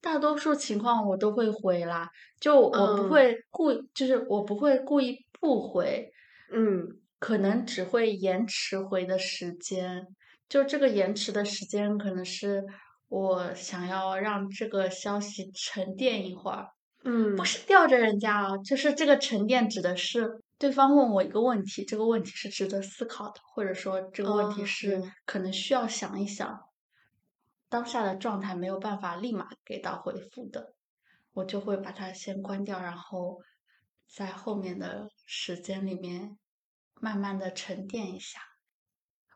大多数情况我都会回啦，就我不
嗯
会故，就是我不会故意不回，
嗯，
可能只会延迟回的时间。就这个延迟的时间，可能是我想要让这个消息沉淀一会儿，
嗯
不是吊着人家啊，就是这个沉淀指的是对方问我一个问题，这个问题是值得思考的，或者说这个问题
哦
是
嗯
可能需要想一想，当下的状态没有办法立马给到回复的，我就会把它先关掉，然后在后面的时间里面慢慢的沉淀一下。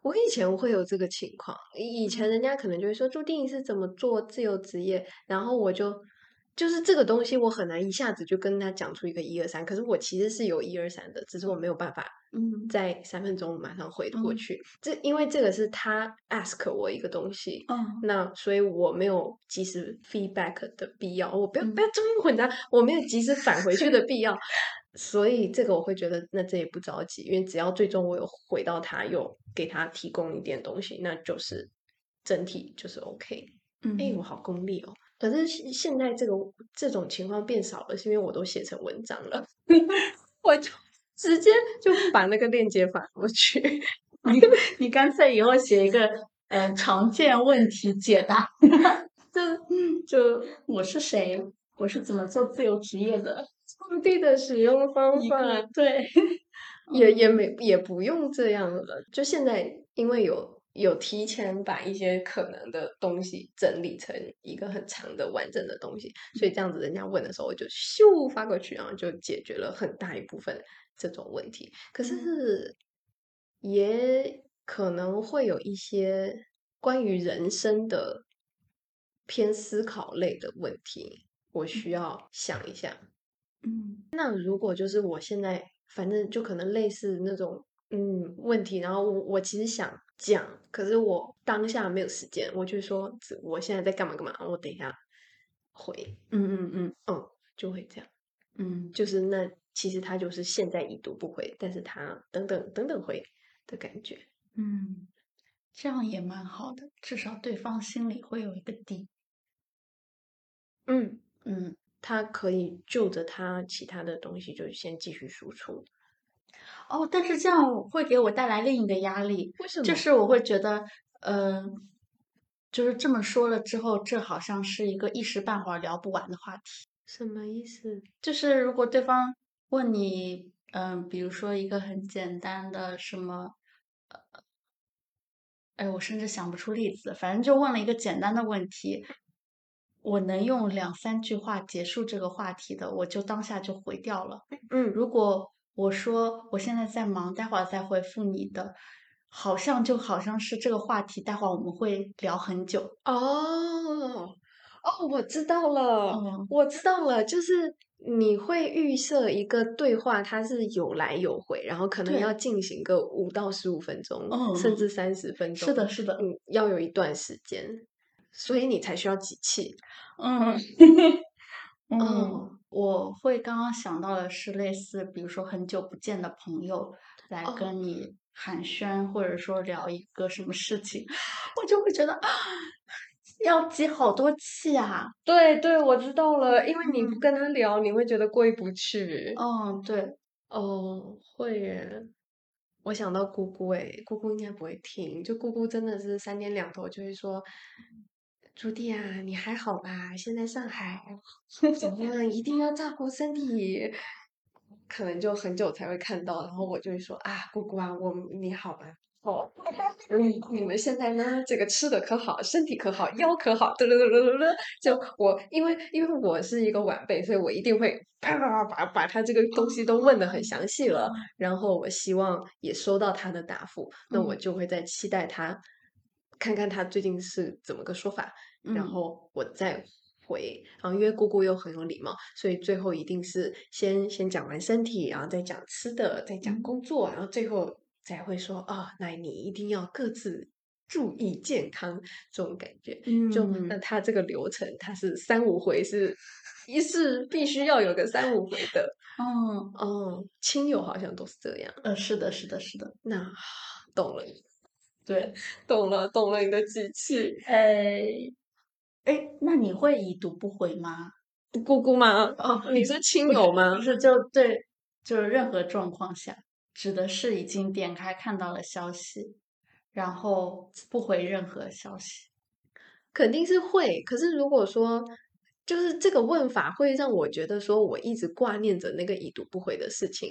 我以前会有这个情况，以以前人家可能就会说注定你是怎么做自由职业，然后我就就是这个东西，我很难一下子就跟他讲出一个一二三。可是我其实是有一二三的，只是我没有办法
嗯
在三分钟马上回过
嗯
去。这因为这个是他 ask 我一个东西，
嗯
那所以我没有及时 feedback 的必要，我不要
嗯
不要中英混杂，我没有及时返回去的必要，所以这个我会觉得那这也不着急，因为只要最终我有回到他，有给他提供一点东西，那就是整体就是 OK。
嗯，
哎、我好功利哦。可是现现在这个这种情况变少了，是因为我都写成文章了， 我就直接就把那个链接发过去。
你你干脆以后写一个呃常见问题解答，
这
就我是谁，我是怎么做自由职业的
目的的使用方
一
法
个对，
也也没也不用这样了，就现在因为有有提前把一些可能的东西整理成一个很长的完整的东西，所以这样子人家问的时候，我就咻发过去，然后就解决了很大一部分这种问题。可是也可能会有一些关于人生的偏思考类的问题，我需要想一下。
嗯
那如果就是我现在，反正就可能类似那种嗯问题，然后我我其实想讲，可是我当下没有时间，我就说只我现在在干嘛干嘛，我等一下回，
嗯嗯嗯
就会这样。
嗯，
就是那其实他就是现在已读不回，但是他等等等等回的感觉。
嗯，这样也蛮好的，至少对方心里会有一个底。
嗯，
嗯，
他可以就着他其他的东西就先继续输出。
哦，但是这样会给我带来另一个压力，
为什么？
就是我会觉得，嗯、就是这么说了之后，这好像是一个一时半会儿聊不完的话题。
什么意思？
就是如果对方问你，嗯、比如说一个很简单的什么，呃，哎，我甚至想不出例子，反正就问了一个简单的问题，我能用两三句话结束这个话题的，我就当下就回掉了。
嗯，
如果我说我现在在忙，待会儿再回复你的，好像就好像是这个话题，待会儿我们会聊很久。
哦，哦，我知道了，
嗯
我知道了，就是你会预设一个对话，它是有来有回，然后可能
对
要进行个五到十五分钟，甚
嗯
至三十分钟。
是的，，是的，
嗯，要有一段时间，所以你才需要集气。
嗯，
哦
嗯，我会刚刚想到的是类似，比如说很久不见的朋友来
哦
跟你寒暄，或者说聊一个什么事情，我就会觉得啊，要集好多气啊。
对对，我知道了，因为
你不
跟他聊，你会觉得过意不去。
嗯，对，
哦，会耶！我想到姑姑诶，姑姑应该不会听。就姑姑真的是三天两头就会说：“朱棣啊，你还好吧？现在上海怎么样？一定要照顾身体。”可能就很久才会看到，然后我就会说：“啊，姑姑啊，我们你好吗？哦，嗯，你们现在呢？这个吃的可好，身体可好，腰可好，嘚嘚嘚嘚嘚嘚。”就我，因为因为我是一个晚辈，所以我一定会啪啪啪把把他这个东西都问的很详细了，然后我希望也收到他的答复，那我
嗯
就会再期待他，看看他最近是怎么个说法，然
嗯
后我再回。然后因为姑姑又很有礼貌，所以最后一定是先先讲完身体，然后再讲吃的，再讲
嗯
工作，然后最后才会说啊，那你一定要各自注意健康这种感觉。就那
嗯
他这个流程，他是三五回是，一是必须要有个三五回的。
嗯，
哦，亲友好像都是这样。
呃，是的，是的，是的，
那懂了，
对，
懂了，懂了你的机器。
呃，哎，那你会已读不回吗？
姑姑吗？
哦，
你是亲
不
友
是
吗
不？是，就对，就是任何状况下，指的是已经点开看到了消息，然后不回任何消息。
肯定是会。可是如果说，就是这个问法会让我觉得说我一直挂念着那个已读不回的事情，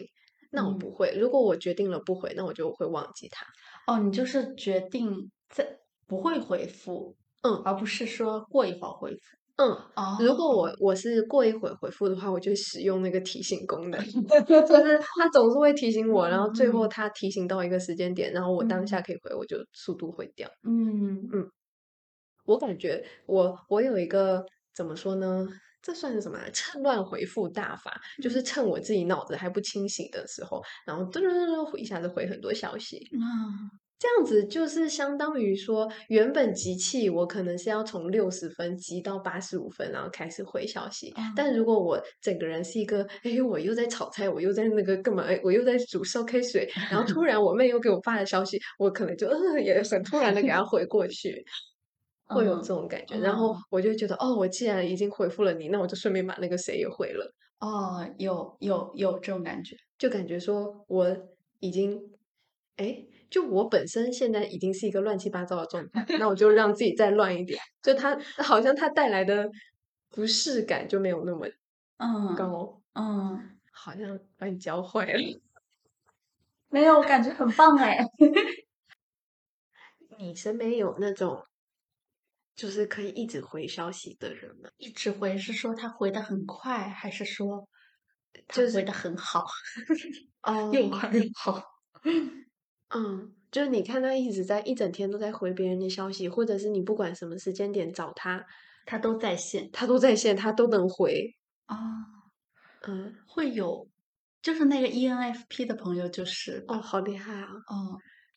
那我
嗯
不会。如果我决定了不回，那我就会忘记它。
哦，你就是决定在不会回复，
嗯
而不是说过一会儿回复。
嗯，
哦，
如果我我是过一会儿回复的话，我就使用那个提醒 功能，就是它总是会提醒我，然后最后
嗯
它提醒到一个时间点，然后我当
嗯
下可以回，我就速度回掉。
嗯
我感觉我我有一个怎么说呢？这算是什么啊、趁乱回复大法，就是趁我自己脑子还不清醒的时候，然后噔噔噔噔一下子回很多消息，
嗯，
这样子就是相当于说，原本集气我可能是要从六十分集到八十五分，然后开始回消息。
嗯
但如果我整个人是一个，哎，我又在炒菜，我又在那个干嘛，哎我又在煮烧 开水，然后突然我妹又给我发了消息，我可能就嗯、也很突然的给她回 过去，会有
嗯
这种感觉。然后
嗯
我就觉得，哦，我既然已经回复了你，那我就顺便把那个谁也回了。
哦，有有有这种感觉，
就感觉说我已经，哎，就我本身现在已经是一个乱七八糟的状态，那我就让自己再乱一点。就它好像它带来的不适感就没有那么
嗯
高，
嗯，
好像把你教坏了。
没有，感觉很棒哎。
你身边有那种就是可以一直回消息的人吗？
一直回是说他回的很快，还是说他
就
回
是
的很好，
哦
又快又 好？
嗯，就是你看他一直在一整天都在回别人的消息，或者是你不管什么时间点找他，
他都在线
他都在线，他都能回。
啊，
嗯，
会有，就是那个 E ENFP 的朋友就是吧
哦，好厉害啊！
嗯，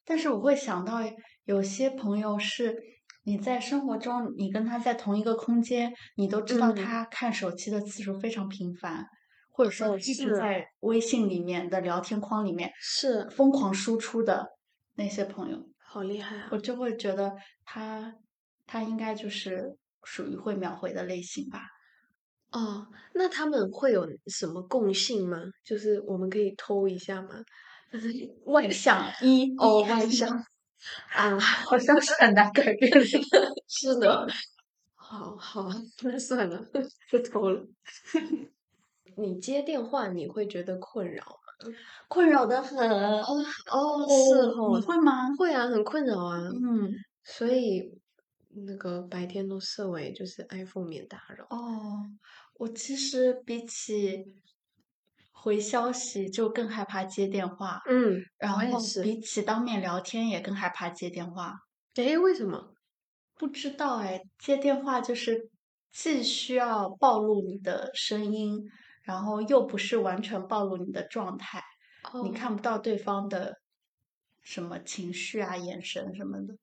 但是我会想到有些朋友是你在生活中，你跟他在同一个空间，你都知道
嗯
他看手机的次数非常频繁，或者说
哦
一直
是
在微信里面的聊天框里面
是，
疯狂输出的那些朋友，
好厉害啊
我！就会觉得他他应该就是属于会秒回的类型吧。
哦，那他们会有什么共性吗？就是我们可以偷一下吗？
外向一
哦，
一
外向啊，
好像是很难改变 的。
是的。好好，那算了，就偷了。 你接电话你会觉得困扰吗？
困扰的很。
哦哦，是
你
哦，
会吗？
会啊，很困扰啊。
嗯，
所以那个白天都设为就是 iPhone 免打扰。
哦，我其实比起回消息，就更害怕接电话，
嗯，
然
我也
后
是
比起当面聊天，也更害怕接电话。
诶，为什么？
不知道哎，接电话就是既需要暴露你的声音，然后又不是完全暴露你的状态，你
哦
看不到对方的什么情绪啊、眼神什么的。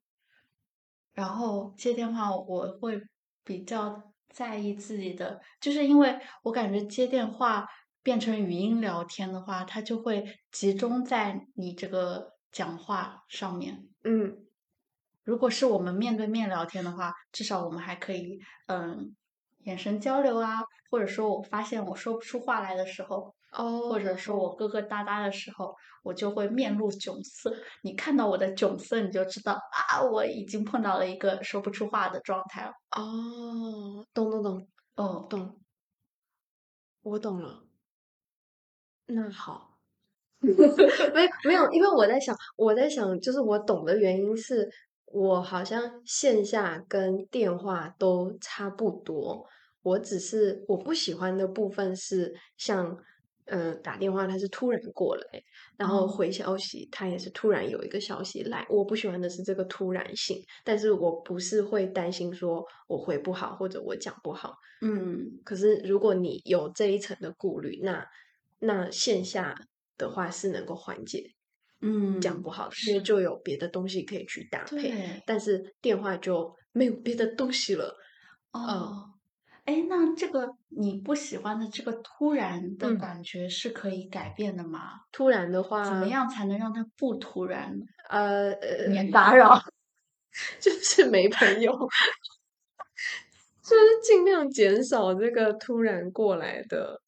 然后接电话，我会比较在意自己的，就是因为我感觉接电话变成语音聊天的话，它就会集中在你这个讲话上面。
嗯，
如果是我们面对面聊天的话，至少我们还可以嗯眼神交流啊，或者说我发现我说不出话来的时候，
哦，
或者说我疙疙瘩瘩的时候，我就会面露窘色。你看到我的窘色，你就知道啊，我已经碰到了一个说不出话的状态了。
哦，懂懂懂，
哦，
懂，我懂了。那好，没有没有，因为我在想，我在想，就是我懂的原因是我好像线下跟电话都差不多，我只是我不喜欢的部分是像，嗯、打电话它是突然过来，然后
嗯
回消息它也是突然有一个消息来，我不喜欢的是这个突然性，但是我不是会担心说我回不好或者我讲不好。
嗯
可是如果你有这一层的顾虑，那那线下的话是能够缓解
嗯，
讲不好的，因为
是
就有别的东西可以去搭配。
对
但是电话就没有别的东西了。
哦。哎，那这个你不喜欢的这个突然的
嗯
感觉是可以改变的吗？
突然的话，
怎么？样才能让它不突然呢？
呃呃，
免打 扰。
就是没朋友， 就是尽量减少这个突然过来的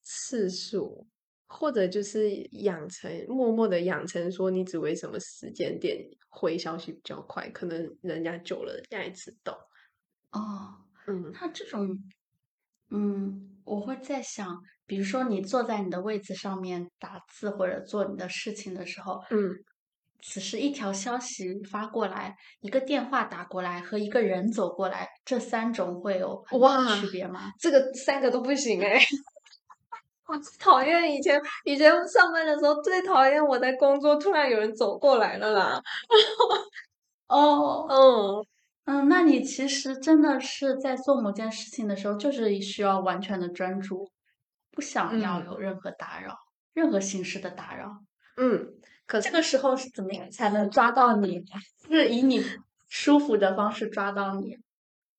次数，或者就是养成默默的养成说你只为什么时间点回消息比较快，可能人家久了人家也知道。
哦，
嗯
那这种，嗯，我会在想，比如说你坐在你的位子上面打字或者做你的事情的时候，
嗯，
此时一条消息发过来，一个电话打过来和一个人走过来，这三种会有很大的
哇
区别吗？
这个三个都不行 哎、我最讨厌以前以前上班的时候最讨厌我在工作突然有人走过来了啦。
哦，
嗯，
嗯，那你其实真的是在做某件事情的时候，就是需要完全的专注，不想要
嗯
有任何打扰，任何形式的打扰。
嗯，可
这
是
个时候是怎么样才能抓到你？是以你舒服的方式抓到你？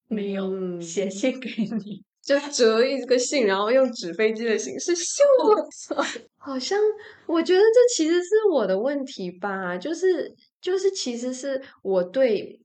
没有，
嗯
写信给你。
就折一个信，然后用纸飞机的形式咻 我操！好像我觉得这其实是我的问题吧，就是就是其实是我对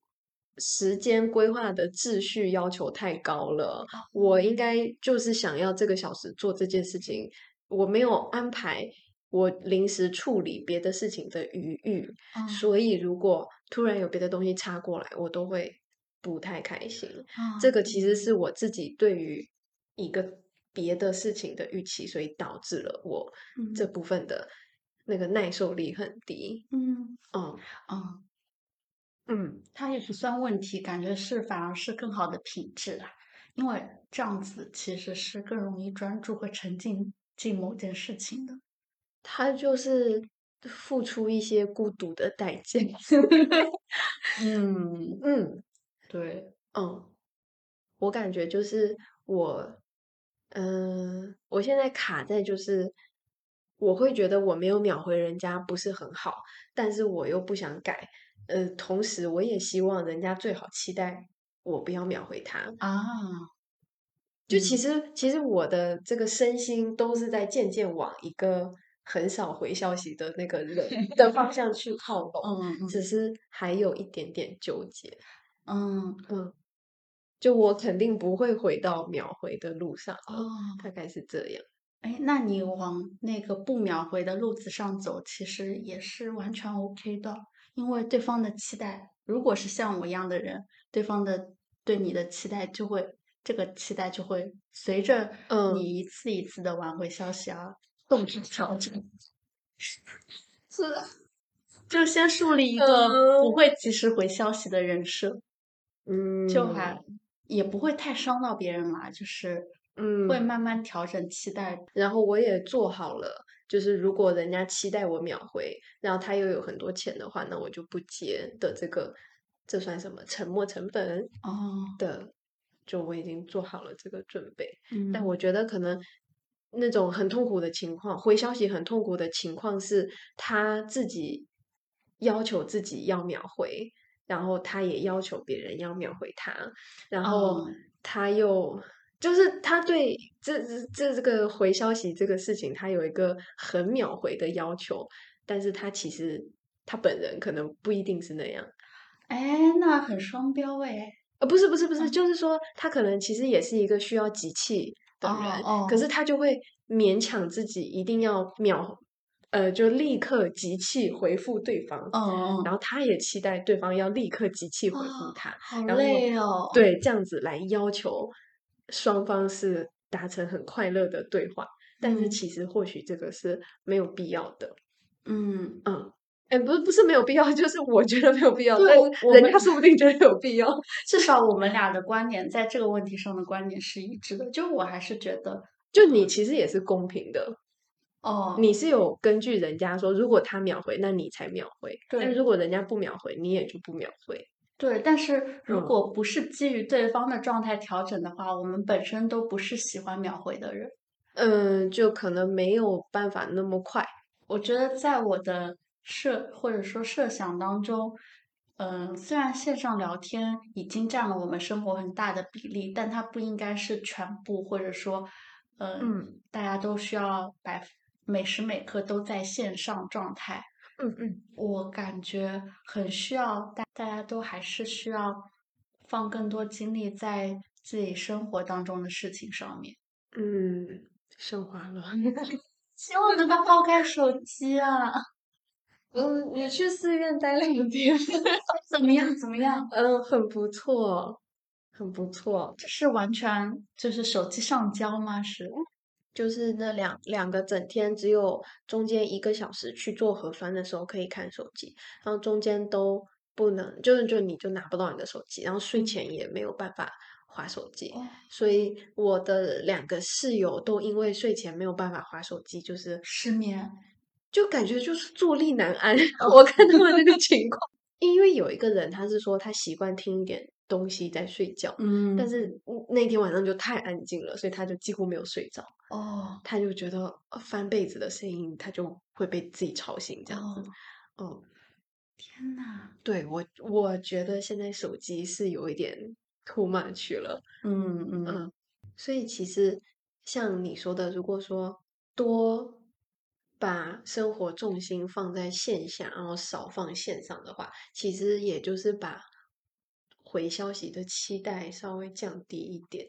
时间规划的秩序要求太高了，我应该就是想要这个小时做这件事情，我没有安排我临时处理别的事情的余裕，
嗯
所以如果突然有别的东西插过来，我都会不太开心。
啊
这个其实是我自己对于一个别的事情的预期，所以导致了我这部分的那个耐受力很低。
嗯
嗯
嗯，
嗯，
它也不算问题，感觉是反而是更好的品质啊，因为这样子其实是更容易专注和沉浸进某件事情的。
他就是付出一些孤独的代价。
嗯，
嗯。
对，
嗯，我感觉就是我，嗯、我现在卡在就是，我会觉得我没有秒回人家不是很好，但是我又不想改，呃，同时我也希望人家最好期待我不要秒回他。
啊，嗯
就其实，其实我的这个身心都是在渐渐往一个很少回消息的那个人的方向去靠拢，
嗯嗯
只是还有一点点纠结。
嗯，
嗯，就我肯定不会回到秒回的路上了，
哦，
大概是这样。
哎，那你往那个不秒回的路子上走，其实也是完全 OK 的，因为对方的期待，如果是像我一样的人，对方的对你的期待就会，这个期待就会随着
嗯
你一次一次的挽回消息而动态调整。
是，
就先树立一个不会及时回消息的人设，
嗯，
就还也不会太伤到别人啦，就是
嗯
会慢慢调整期待。
然后我也做好了，就是如果人家期待我秒回，然后他又有很多钱的话，那我就不接的这个，这算什么沉没成本
哦，
的？就我已经做好了这个准备，
嗯，
但我觉得可能那种很痛苦的情况，回消息很痛苦的情况是他自己要求自己要秒回，然后他也要求别人要秒回他，然后
嗯
他又、就是他对这这这个回消息这个事情，他有一个很秒回的要求，但是他其实他本人可能不一定是那样。
哎，那很双标哎。
呃，不是不是不是，
嗯
就是说他可能其实也是一个需要集气的
哦
人，
哦
可是他就会勉强自己一定要秒，呃，就立刻集气回复对方，
嗯，
然后他也期待对方要立刻集气回复
哦
他，
好
然后
累哦。，
对，这样子来要求双方是达成很快乐的对话，但是
嗯
其实或许这个是没有必要的，
嗯，
嗯。哎，不是不是没有必要，就是我觉得没有必要，
对
但
我
是
我
人
们
家说不定觉得有必要。
至少我们俩的观点在这个问题上的观点是一致的。就我还是觉得，
就你其实也是公平的，
哦，
你是有根据人家说，如果他秒回，那你才秒回；但
对
如果人家不秒回，你也就不秒回。
对，但是如
嗯
果不是基于对方的状态调整的话，我们本身都不是喜欢秒回的人。
嗯，就可能没有办法那么快。
我觉得在我的设或者说设想当中，嗯，虽然线上聊天已经占了我们生活很大的比例，但它不应该是全部，或者说，嗯，
嗯
大家都需要百分每时每刻都在线上状态。
嗯嗯，
我感觉很需要大大家都还是需要放更多精力在自己生活当中的事情上面。
嗯，升华了。
希望能够抛开手机 啊，
嗯，你去寺院待两天，
怎么样？怎么样？
嗯，很不错，很不错。
这是完全就是手机上交吗？是，
就是那两两个整天只有中间一个小时去做核酸的时候可以看手机，然后中间都不能，就是就你就拿不到你的手机，然后睡
嗯
前也没有办法划手机，
哦
所以我的两个室友都因为睡前没有办法划手机，就是
失眠。
就感觉就是坐立
哦
难安。我看他们那个情况，因为有一个人他是说他习惯听一点东西在睡觉。
嗯
但是那天晚上就太安静了，所以他就几乎没有睡着，
哦，
他就觉得呃翻被子的声音，他就会被自己吵醒这样子。
哦
嗯，
天呐，
对我我觉得现在手机是有一点 too much 了。
嗯嗯
嗯，所以其实像你说的，如果说多把生活重心放在线下，然后少放线上的话，其实也就是把回消息的期待稍微降低一点，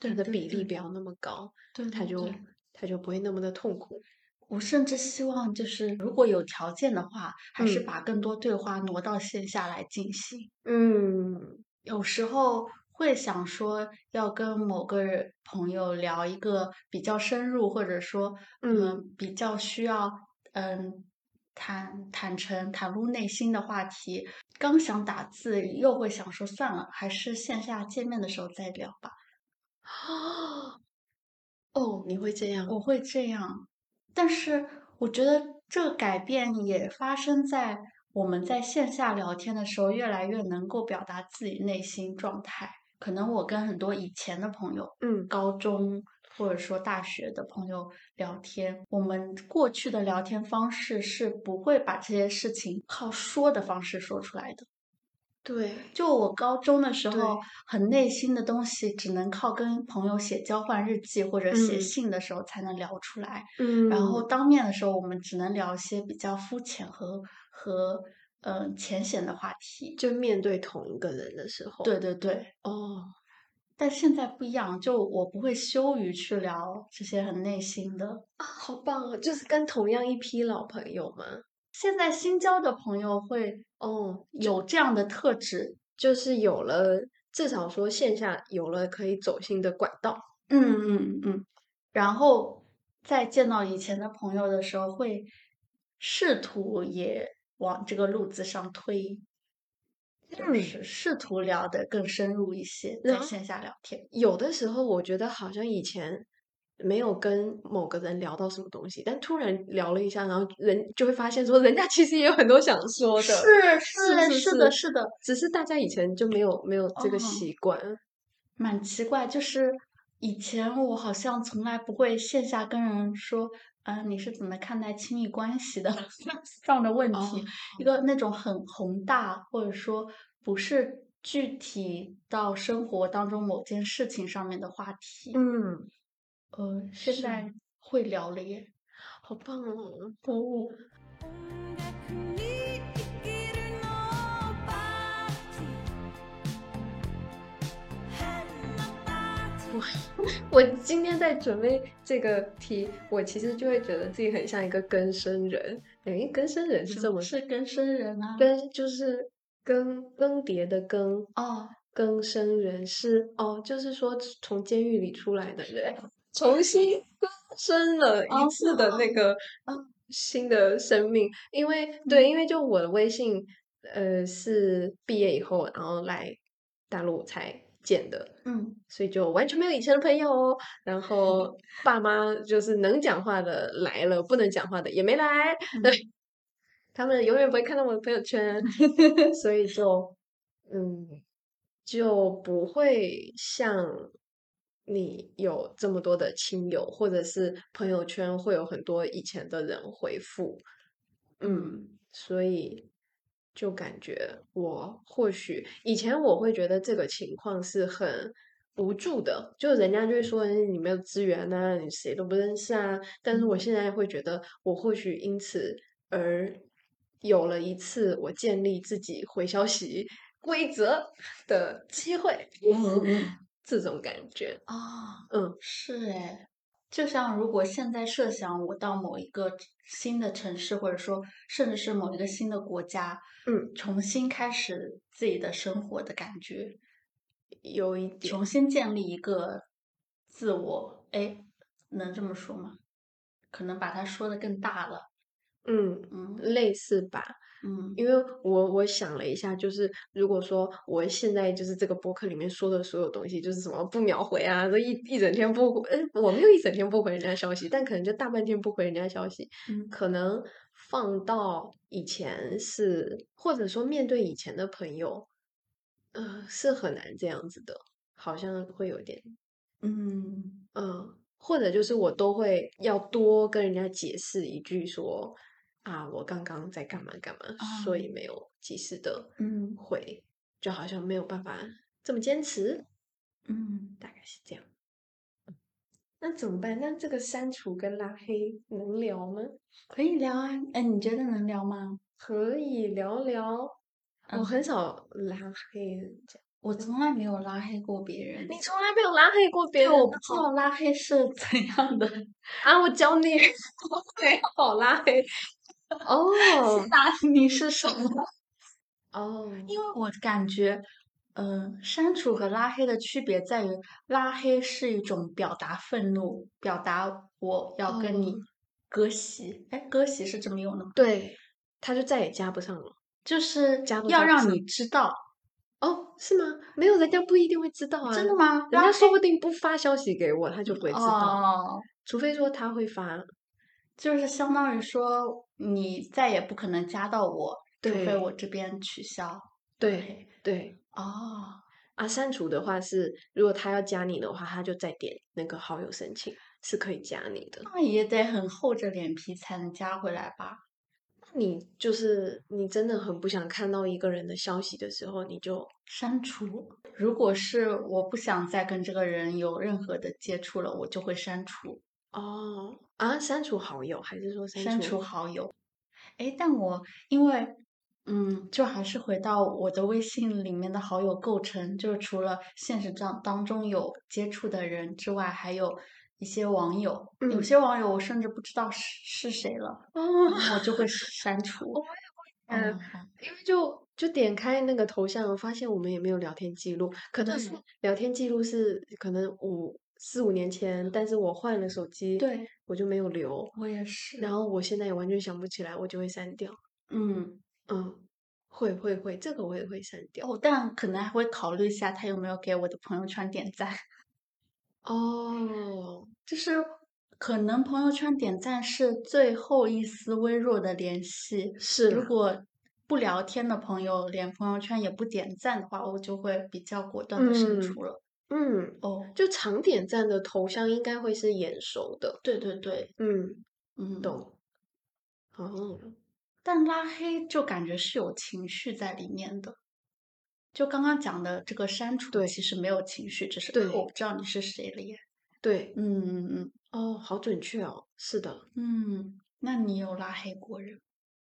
它
对
的
对
比例
对
不要那么高，
对，
它
对
就
对
它就不会那么的痛苦。
我甚至希望就是如果有条件的话，还是
嗯
把更多对话挪到线下来进行。
嗯
有时候会想说要跟某个人朋友聊一个比较深入，或者说呃
嗯
比较需要嗯坦坦诚袒露内心的话题，刚想打字又会想说算了，还是线下见面的时候再聊吧。
啊，哦，你会这样？
我会这样，但是我觉得这个改变也发生在我们在线下聊天的时候，越来越能够表达自己内心状态。可能我跟很多以前的朋友，
嗯
高中或者说大学的朋友聊天，我们过去的聊天方式是不会把这些事情靠说的方式说出来的。
对，
就我高中的时候
对，
很内心的东西，只能靠跟朋友写交换日记或者写
嗯
信的时候才能聊出来。
嗯
然后当面的时候，我们只能聊一些比较肤浅和和嗯、呃浅显的话题。
就面对同一个人的时候，
对对对，
哦，
但现在不一样，就我不会羞于去聊这些很内心的。
啊，好棒哦！就是跟同样一批老朋友嘛，
现在新交的朋友会
哦，
有这样的特质，
就是有了，至少说线下有了可以走心的管道。
嗯嗯嗯，然后再见到以前的朋友的时候，会试图也往这个路子上推，就是试图聊得更深入一些，在
然后
线下聊天。
有的时候我觉得好像以前没有跟某个人聊到什么东西，但突然聊了一下，然后人就会发现说，人家其实也有很多想说的，
是
是
是
是
的，是的，
只是大家以前就没有没有这个
哦
习惯。啊
蛮奇怪，就是以前我好像从来不会线下跟人说，嗯、你是怎么看待亲密关系的 这样的问题，
哦
一个那种很宏大，或者说不是具体到生活当中某件事情上面的话题，
嗯，
呃，现
是
在会聊了耶，
好棒哦！
哦，
「音楽に生きるのパーティー」「変なパーティー」
我今天在准备这个题，我其实就会觉得自己很像一个更生人。哎，更生人是这么
是跟生人啊，
更就是更更迭的更
哦，
更生人是哦，就是说从监狱里出来的人，重新更生了一
哦
次的那个新的生命。因为对，因为就我的微信，呃，是毕业以后然后来大陆才建的，
嗯，
所以就完全没有以前的朋友哦。然后爸妈就是能讲话的来了，不能讲话的也没来。对，他们永远不会看到我的朋友圈， 所以就嗯，就不会像你有这么多的亲友，或者是朋友圈会有很多以前的人回复。嗯，所以就感觉我或许以前我会觉得这个情况是很无助的，就人家就会说哎你没有资源呐、你谁都不认识啊。但是我现在会觉得，我或许因此而有了一次我建立自己回消息规则的机会，这种感觉。
哦。
嗯
是哎，就像如果现在设想我到某一个新的城市，或者说甚至是某一个新的国家，
嗯，
重新开始自己的生活的感觉，
有一点
重新建立一个自我，哎，能这么说吗？可能把它说的更大了，
嗯
嗯
类似吧。
嗯
因为我我想了一下，就是如果说我现在就是这个博客里面说的所有东西，就是什么不秒回啊，这一一整天不回，呃，我没有一整天不回人家消息，但可能就大半天不回人家消息，
嗯
可能放到以前是，或者说面对以前的朋友，呃，是很难这样子的，好像会有点
嗯
嗯，或者就是我都会要多跟人家解释一句说啊，我刚刚在干嘛干嘛，所以
啊
没有及时的
嗯
回，就好像没有办法这么坚持，
嗯，
大概是这样。嗯
那怎么办？那这个删除跟拉黑能聊吗？
可以聊啊。哎，你觉得能聊吗？
可以聊聊，我很
嗯
少拉黑人家，
我从来没有拉黑过别人。
你从来没有拉黑过别
对，
人
我不
哦
知道拉黑是 怎样的，
啊？我教你， 对，好拉 黑哦
打 你是什么？
哦，
因为 我感觉，嗯、删除和拉黑的区别在于，拉黑是一种表达愤怒，表达我要跟你
哦
割席。哎、割席是怎么用的吗？
对，他就再也加不上了。
就是
加不
要
加不
让
上
你知道，
哦，是吗？没有，人家不一定会知道啊。
真的？吗？
人
呃拉
家
黑
说不定不发消息给我，他就不会知道，
哦，
除非说他会发。
就是相当于说你再也不可能加到我，除非
对
我这边取消。
对对
哦，
啊，删除的话是，如果他要加你的话，他就再点那个好友申请，是可以加你的。
那也得很厚着脸皮才能加回来吧？
你就是你真的很不想看到一个人的消息的时候，你就
删除。如果是我不想再跟这个人有任何的接触了，我就会删除，
哦啊删除好友，还是说删
删除
除？
好友。诶，但我因为，嗯，就还是回到我的微信里面的好友构成，就是除了现实当当中有接触的人之外，还有一些网友，有
嗯
些网友我甚至不知道是是谁了，
哦，
我就会删除。
嗯
嗯，
因为就就点开那个头像，发现我们也没有聊天记录，可能是
对
聊天记录是可能五四五年前，但是我换了手机，，
对
我就没有留，
我也是。
然后我现在也完全想不起来，我就会删掉。
嗯。
嗯，会会会，这个我也会删掉。
哦，但可能还会考虑一下他有没有给我的朋友圈点赞，
哦，
就是可能朋友圈点赞是最后一丝微弱的联系。
是
如
啦
果不聊天的朋友连朋友圈也不点赞的话，我就会比较果断的删
嗯
除了。
嗯，
哦，
就常点赞的头像应该会是眼熟的。
对对对，
嗯，
嗯，。
懂。哦，
但拉黑就感觉是有情绪在里面的。就刚刚讲的这个删除，
对
其实没有情绪，只是
对
啊我不知道你是谁了耶。
对，
嗯嗯
哦，好准确哦。是的，
嗯嗯，那你有拉黑过 人吗？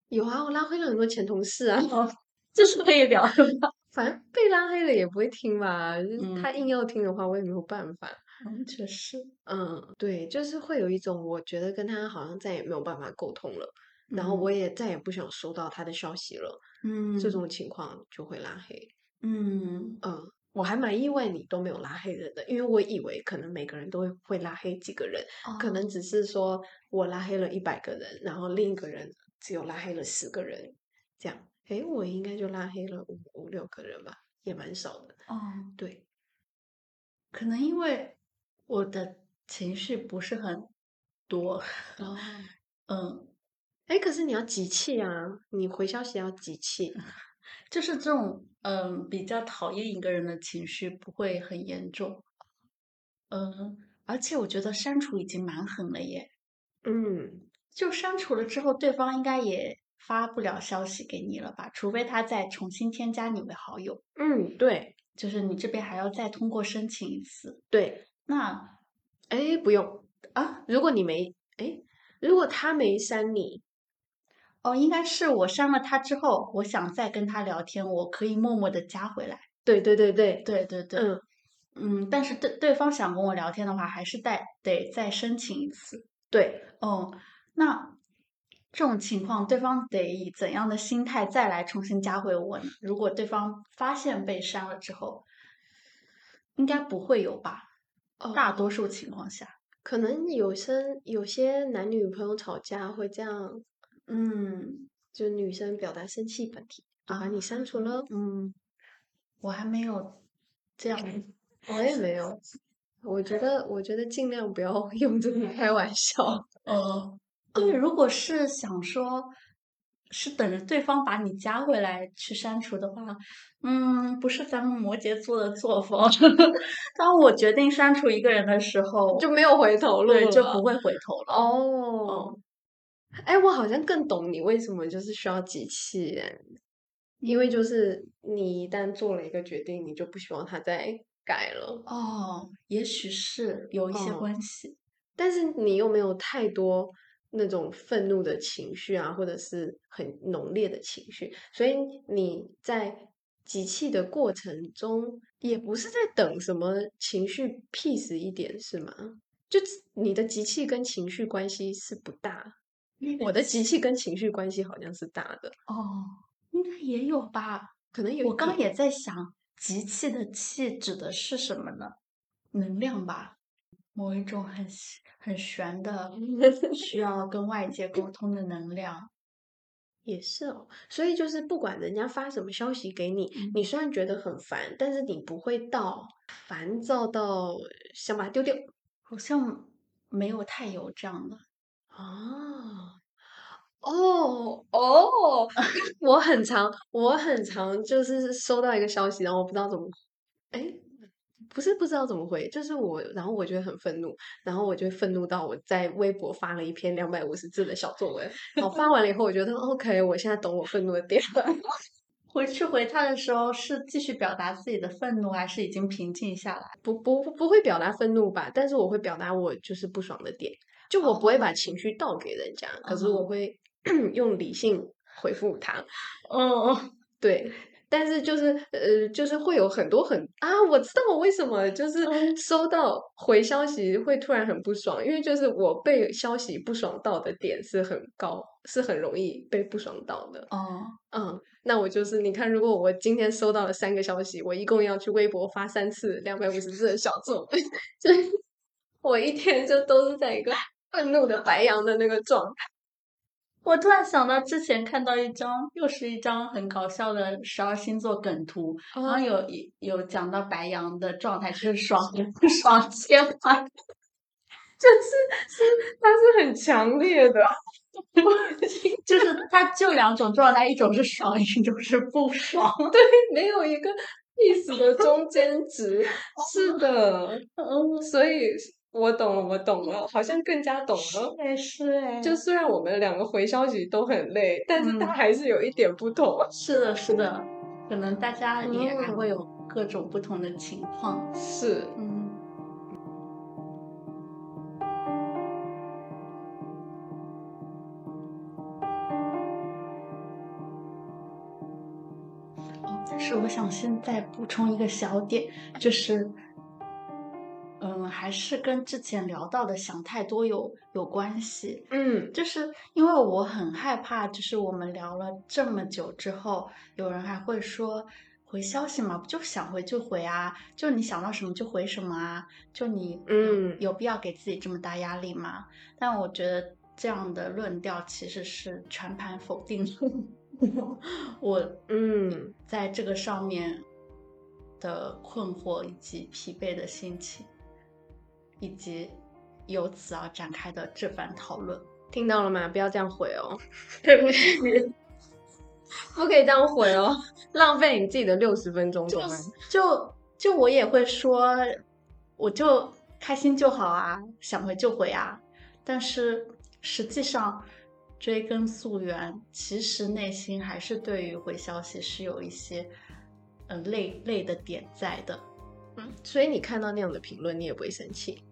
有啊，我拉黑了很多前同事啊。
哦，这是可以聊的吗？
反正被拉黑了也不会听吧，就是他
嗯
硬要听的话，我也没有办法。
嗯，确实。
嗯，对，就是会有一种我觉得跟他好像再也没有办法沟通了，然后我
也
也再也不想收到他的消息了，
嗯
这种情况就会拉黑。
嗯
嗯，我还蛮意外你都没有拉黑人的，因为我以为可能每个人都会会拉黑几个人，可能只是说我拉黑了一百个人，然后另一个人只有拉黑了十个人，这样。诶，我应该就拉黑了五五六个人吧，也蛮少的。
哦，
对，
可能因为我的情绪不是很多，
哦，
嗯，
哎，可是你要集气啊，你回消息要集气。
就是这种嗯比较讨厌一个人的情绪不会很严重，嗯，而且我觉得删除已经蛮狠了耶，
嗯，
就删除了之后，对方应该也发不了消息给你了吧？除非他再重新添加你为好友，
嗯，对
就是你这边还要再通过申请一次。
对，
那
哎，不用啊，如果你没，哎，如果他没删你，
哦，应该是我删了他之后，我想再跟他聊天，我可以默默的加回来。
对对对对，
对对对，
嗯，
嗯，但是对对方想跟我聊天的话，还是得得再申请一次。
对，
哦，那这种情况，对方得以怎样的心态再来重新加回我呢？如果对方发现被删了之后，应该不会有吧？
哦
大多数情况下，
可能有些有些男女朋友吵架会这样，
嗯
就女生表达生气本体，就把
啊
你删除了。
嗯，我还没有这样。
我也没有， 我觉得我觉得尽量不要 用这个开玩笑。
哦，对，如果是想说是等着对方把你加回来去删除的话，嗯，不是咱们摩羯座的作风。 当我决定删除一个人的时候，
就没有回头路
对就
了
不会回头了。
哦，哎，我好像更懂你为什么就是需要机器人，因为就是你一旦做了一个决定，你就不希望它再改了。
哦，也许是有一些
嗯
关系。
但是你又没有太多那种愤怒的情绪啊，或者是很浓烈的情绪，所以你在集气的过程中，也不是在等什么情绪 peace 一点，是吗？就只你的集气跟情绪关系是不大，
那个
我的集气跟情绪关系好像是大的，
哦，应该也有吧。
可能有
我
一
刚
点
也在想，集气的气指的是什么呢？能量吧，某一种很很玄的，
嗯
需要跟外界沟通的能量。
也是哦，所以就是不管人家发什么消息给你，
嗯
你虽然觉得很烦，但是你不会到烦躁到想把它丢掉
好像没有太有这样的。
啊。哦哦，我很常，我很常就是收到一个消息，然后我不知道怎么，哎，不是不知道怎么回，就是我，然后我就会很愤怒，然后我就会愤怒到我在微博发了一篇两百五十字的小作文，然后发完了以后，我觉得 OK，我现在懂我愤怒的点了。
回去回他的时候，是继续表达自己的愤怒，还是已经平静下来？
不不不会表达愤怒吧，但是我会表达我就是不爽的点，就我不会把情绪倒给人家，可是我
哦
会 用理性回复他。
哦，
对，但是就是呃，就是会有很多很啊，我知道我为什么就是
嗯
收到回消息会突然很不爽，因为就是我被消息不爽到的点是很高，是很容易被不爽到的。
哦，
嗯，那我就是你看，如果我今天收到了三个消息，我一共要去微博发三次两百五十字的小作文， 所以我一天就都是在一个愤怒的白羊的那个状态。
我突然想到之前看到一张，又是一张很搞笑的十二星座梗图，然后
啊
哦有一有讲到白羊的状态就是 爽爽切换，
是，它是很强烈的。
就是它就两种状态，一种是爽，一种是不爽。
没有一个 peace 的中间 值。是的，
嗯，
所以我懂了，我懂了，好像更加懂了。
也是哎，
就虽然我们两个回消息都很累，但是
嗯
它还是有一点不同。
是的，是的，可能大家也还会有各种不同的情况。
是，
嗯，哦但是我想现在补充一个小点，就是，嗯，还是跟之前聊到的想太多有有关系。
嗯，
就是因为我很害怕，就是我们聊了这么久之后，有人还会说回消息嘛，不就想回就回啊，就你想到什么就回什么啊，就你有
嗯
有必要给自己这么大压力吗？但我觉得这样的论调其实是全盘否定了 我
嗯，
在这个上面的困惑以及疲惫的心情，以及由此而展开的这番讨论。
听到了吗？不要这样毁 哦，不可以这样毁哦，浪费你自己的六十分钟，
就
懂吗？
是就就我也会说，我就开心就好啊，想回就回啊。但是实际上追根溯源，其实内心还是对于回消息是有一些呃累累的点在的。
所以你看到那样的评论，你也不会生气，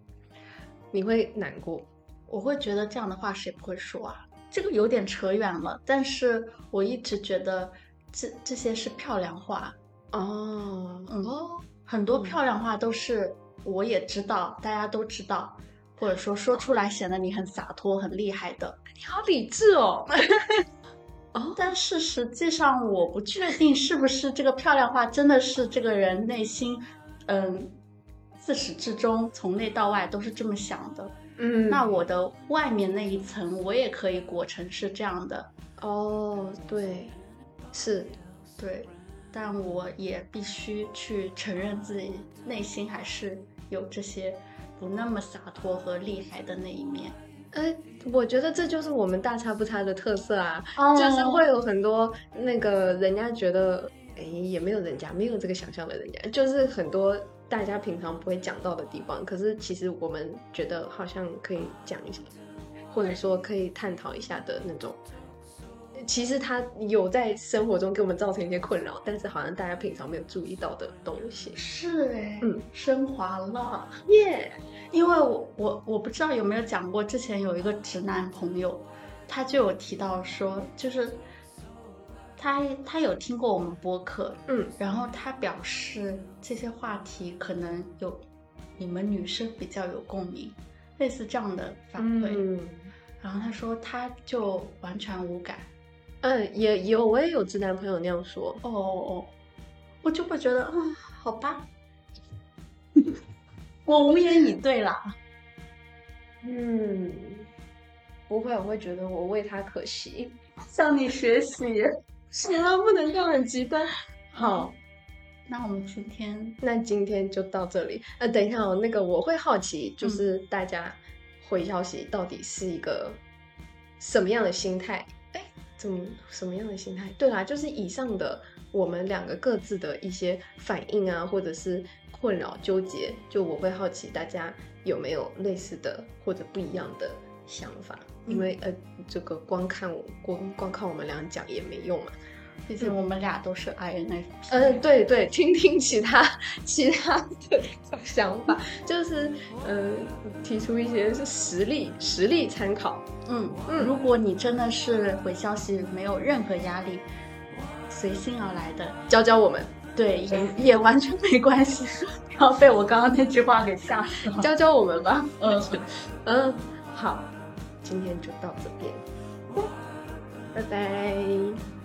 你会难过。
我会觉得这样的话谁不会说啊？这个有点扯远了，但是我一直觉得这这些是漂亮话，
哦，
嗯，很多漂亮话都是我也知道，大家都知道，或者说说出来显得你很洒脱、很厉害的。
你好理智哦。
但是实际上，我不确定是不是这个漂亮话真的是这个人内心，嗯，自始至终从内到外都是这么想的。
嗯
那我的外面那一层，我也可以裹成是这样的，
哦，对，是，
对。但我也必须去承认自己内心还是有这些不那么洒脱和厉害的那一面。
哎，我觉得这就是我们大差不差的特色啊，
哦
就是会有很多那个人家觉得，哎，也没有人家没有这个想象的人家，就是很多大家平常不会讲到的地方，可是其实我们觉得好像可以讲一下，或者说可以探讨一下的那种。其实它有在生活中给我们造成一些困扰，但是好像大家平常没有注意到的东西。
是哎，
嗯，
升华了。
耶、
因为我我我不知道有没有讲过，之前有一个直男朋友，他就有提到说，就是他他有听过我们播客，
嗯，
然后他表示这些话题可能有你们女生比较有共鸣，类似这样的反馈。
嗯
然后他说他就完全无感。
嗯，也有我也有直男朋友那样说，
哦哦，我就会觉得啊、好吧， 我无言以对啦。
嗯，不会，我会觉得我为他可惜。
向你学习。
什么不能让人极端？好，
那我们今天
那今天就到这里。呃，等一下哦，那个我会好奇，就
嗯
是大家回消息到底是一个什么样的心态？哎，怎么什么样的心态？对啦，就是以上的我们两个各自的一些反应啊，或者是困扰、纠结，就我会好奇大家有没有类似的或者不一样的想法。因为呃，这个光看我光光看我们俩讲也没用嘛，
毕竟我们俩都是 INFP，
呃，对对， 听听其他其他的想法，就是呃，提出一些是实例实例参考。
嗯
嗯
如果你真的是回消息没有任何压力，随心而来的，
教教我们，
对，也也完全没关系。然后被我刚刚那句话给吓死了。
教教我们吧。
嗯，
嗯，好，今天就到这边，拜拜。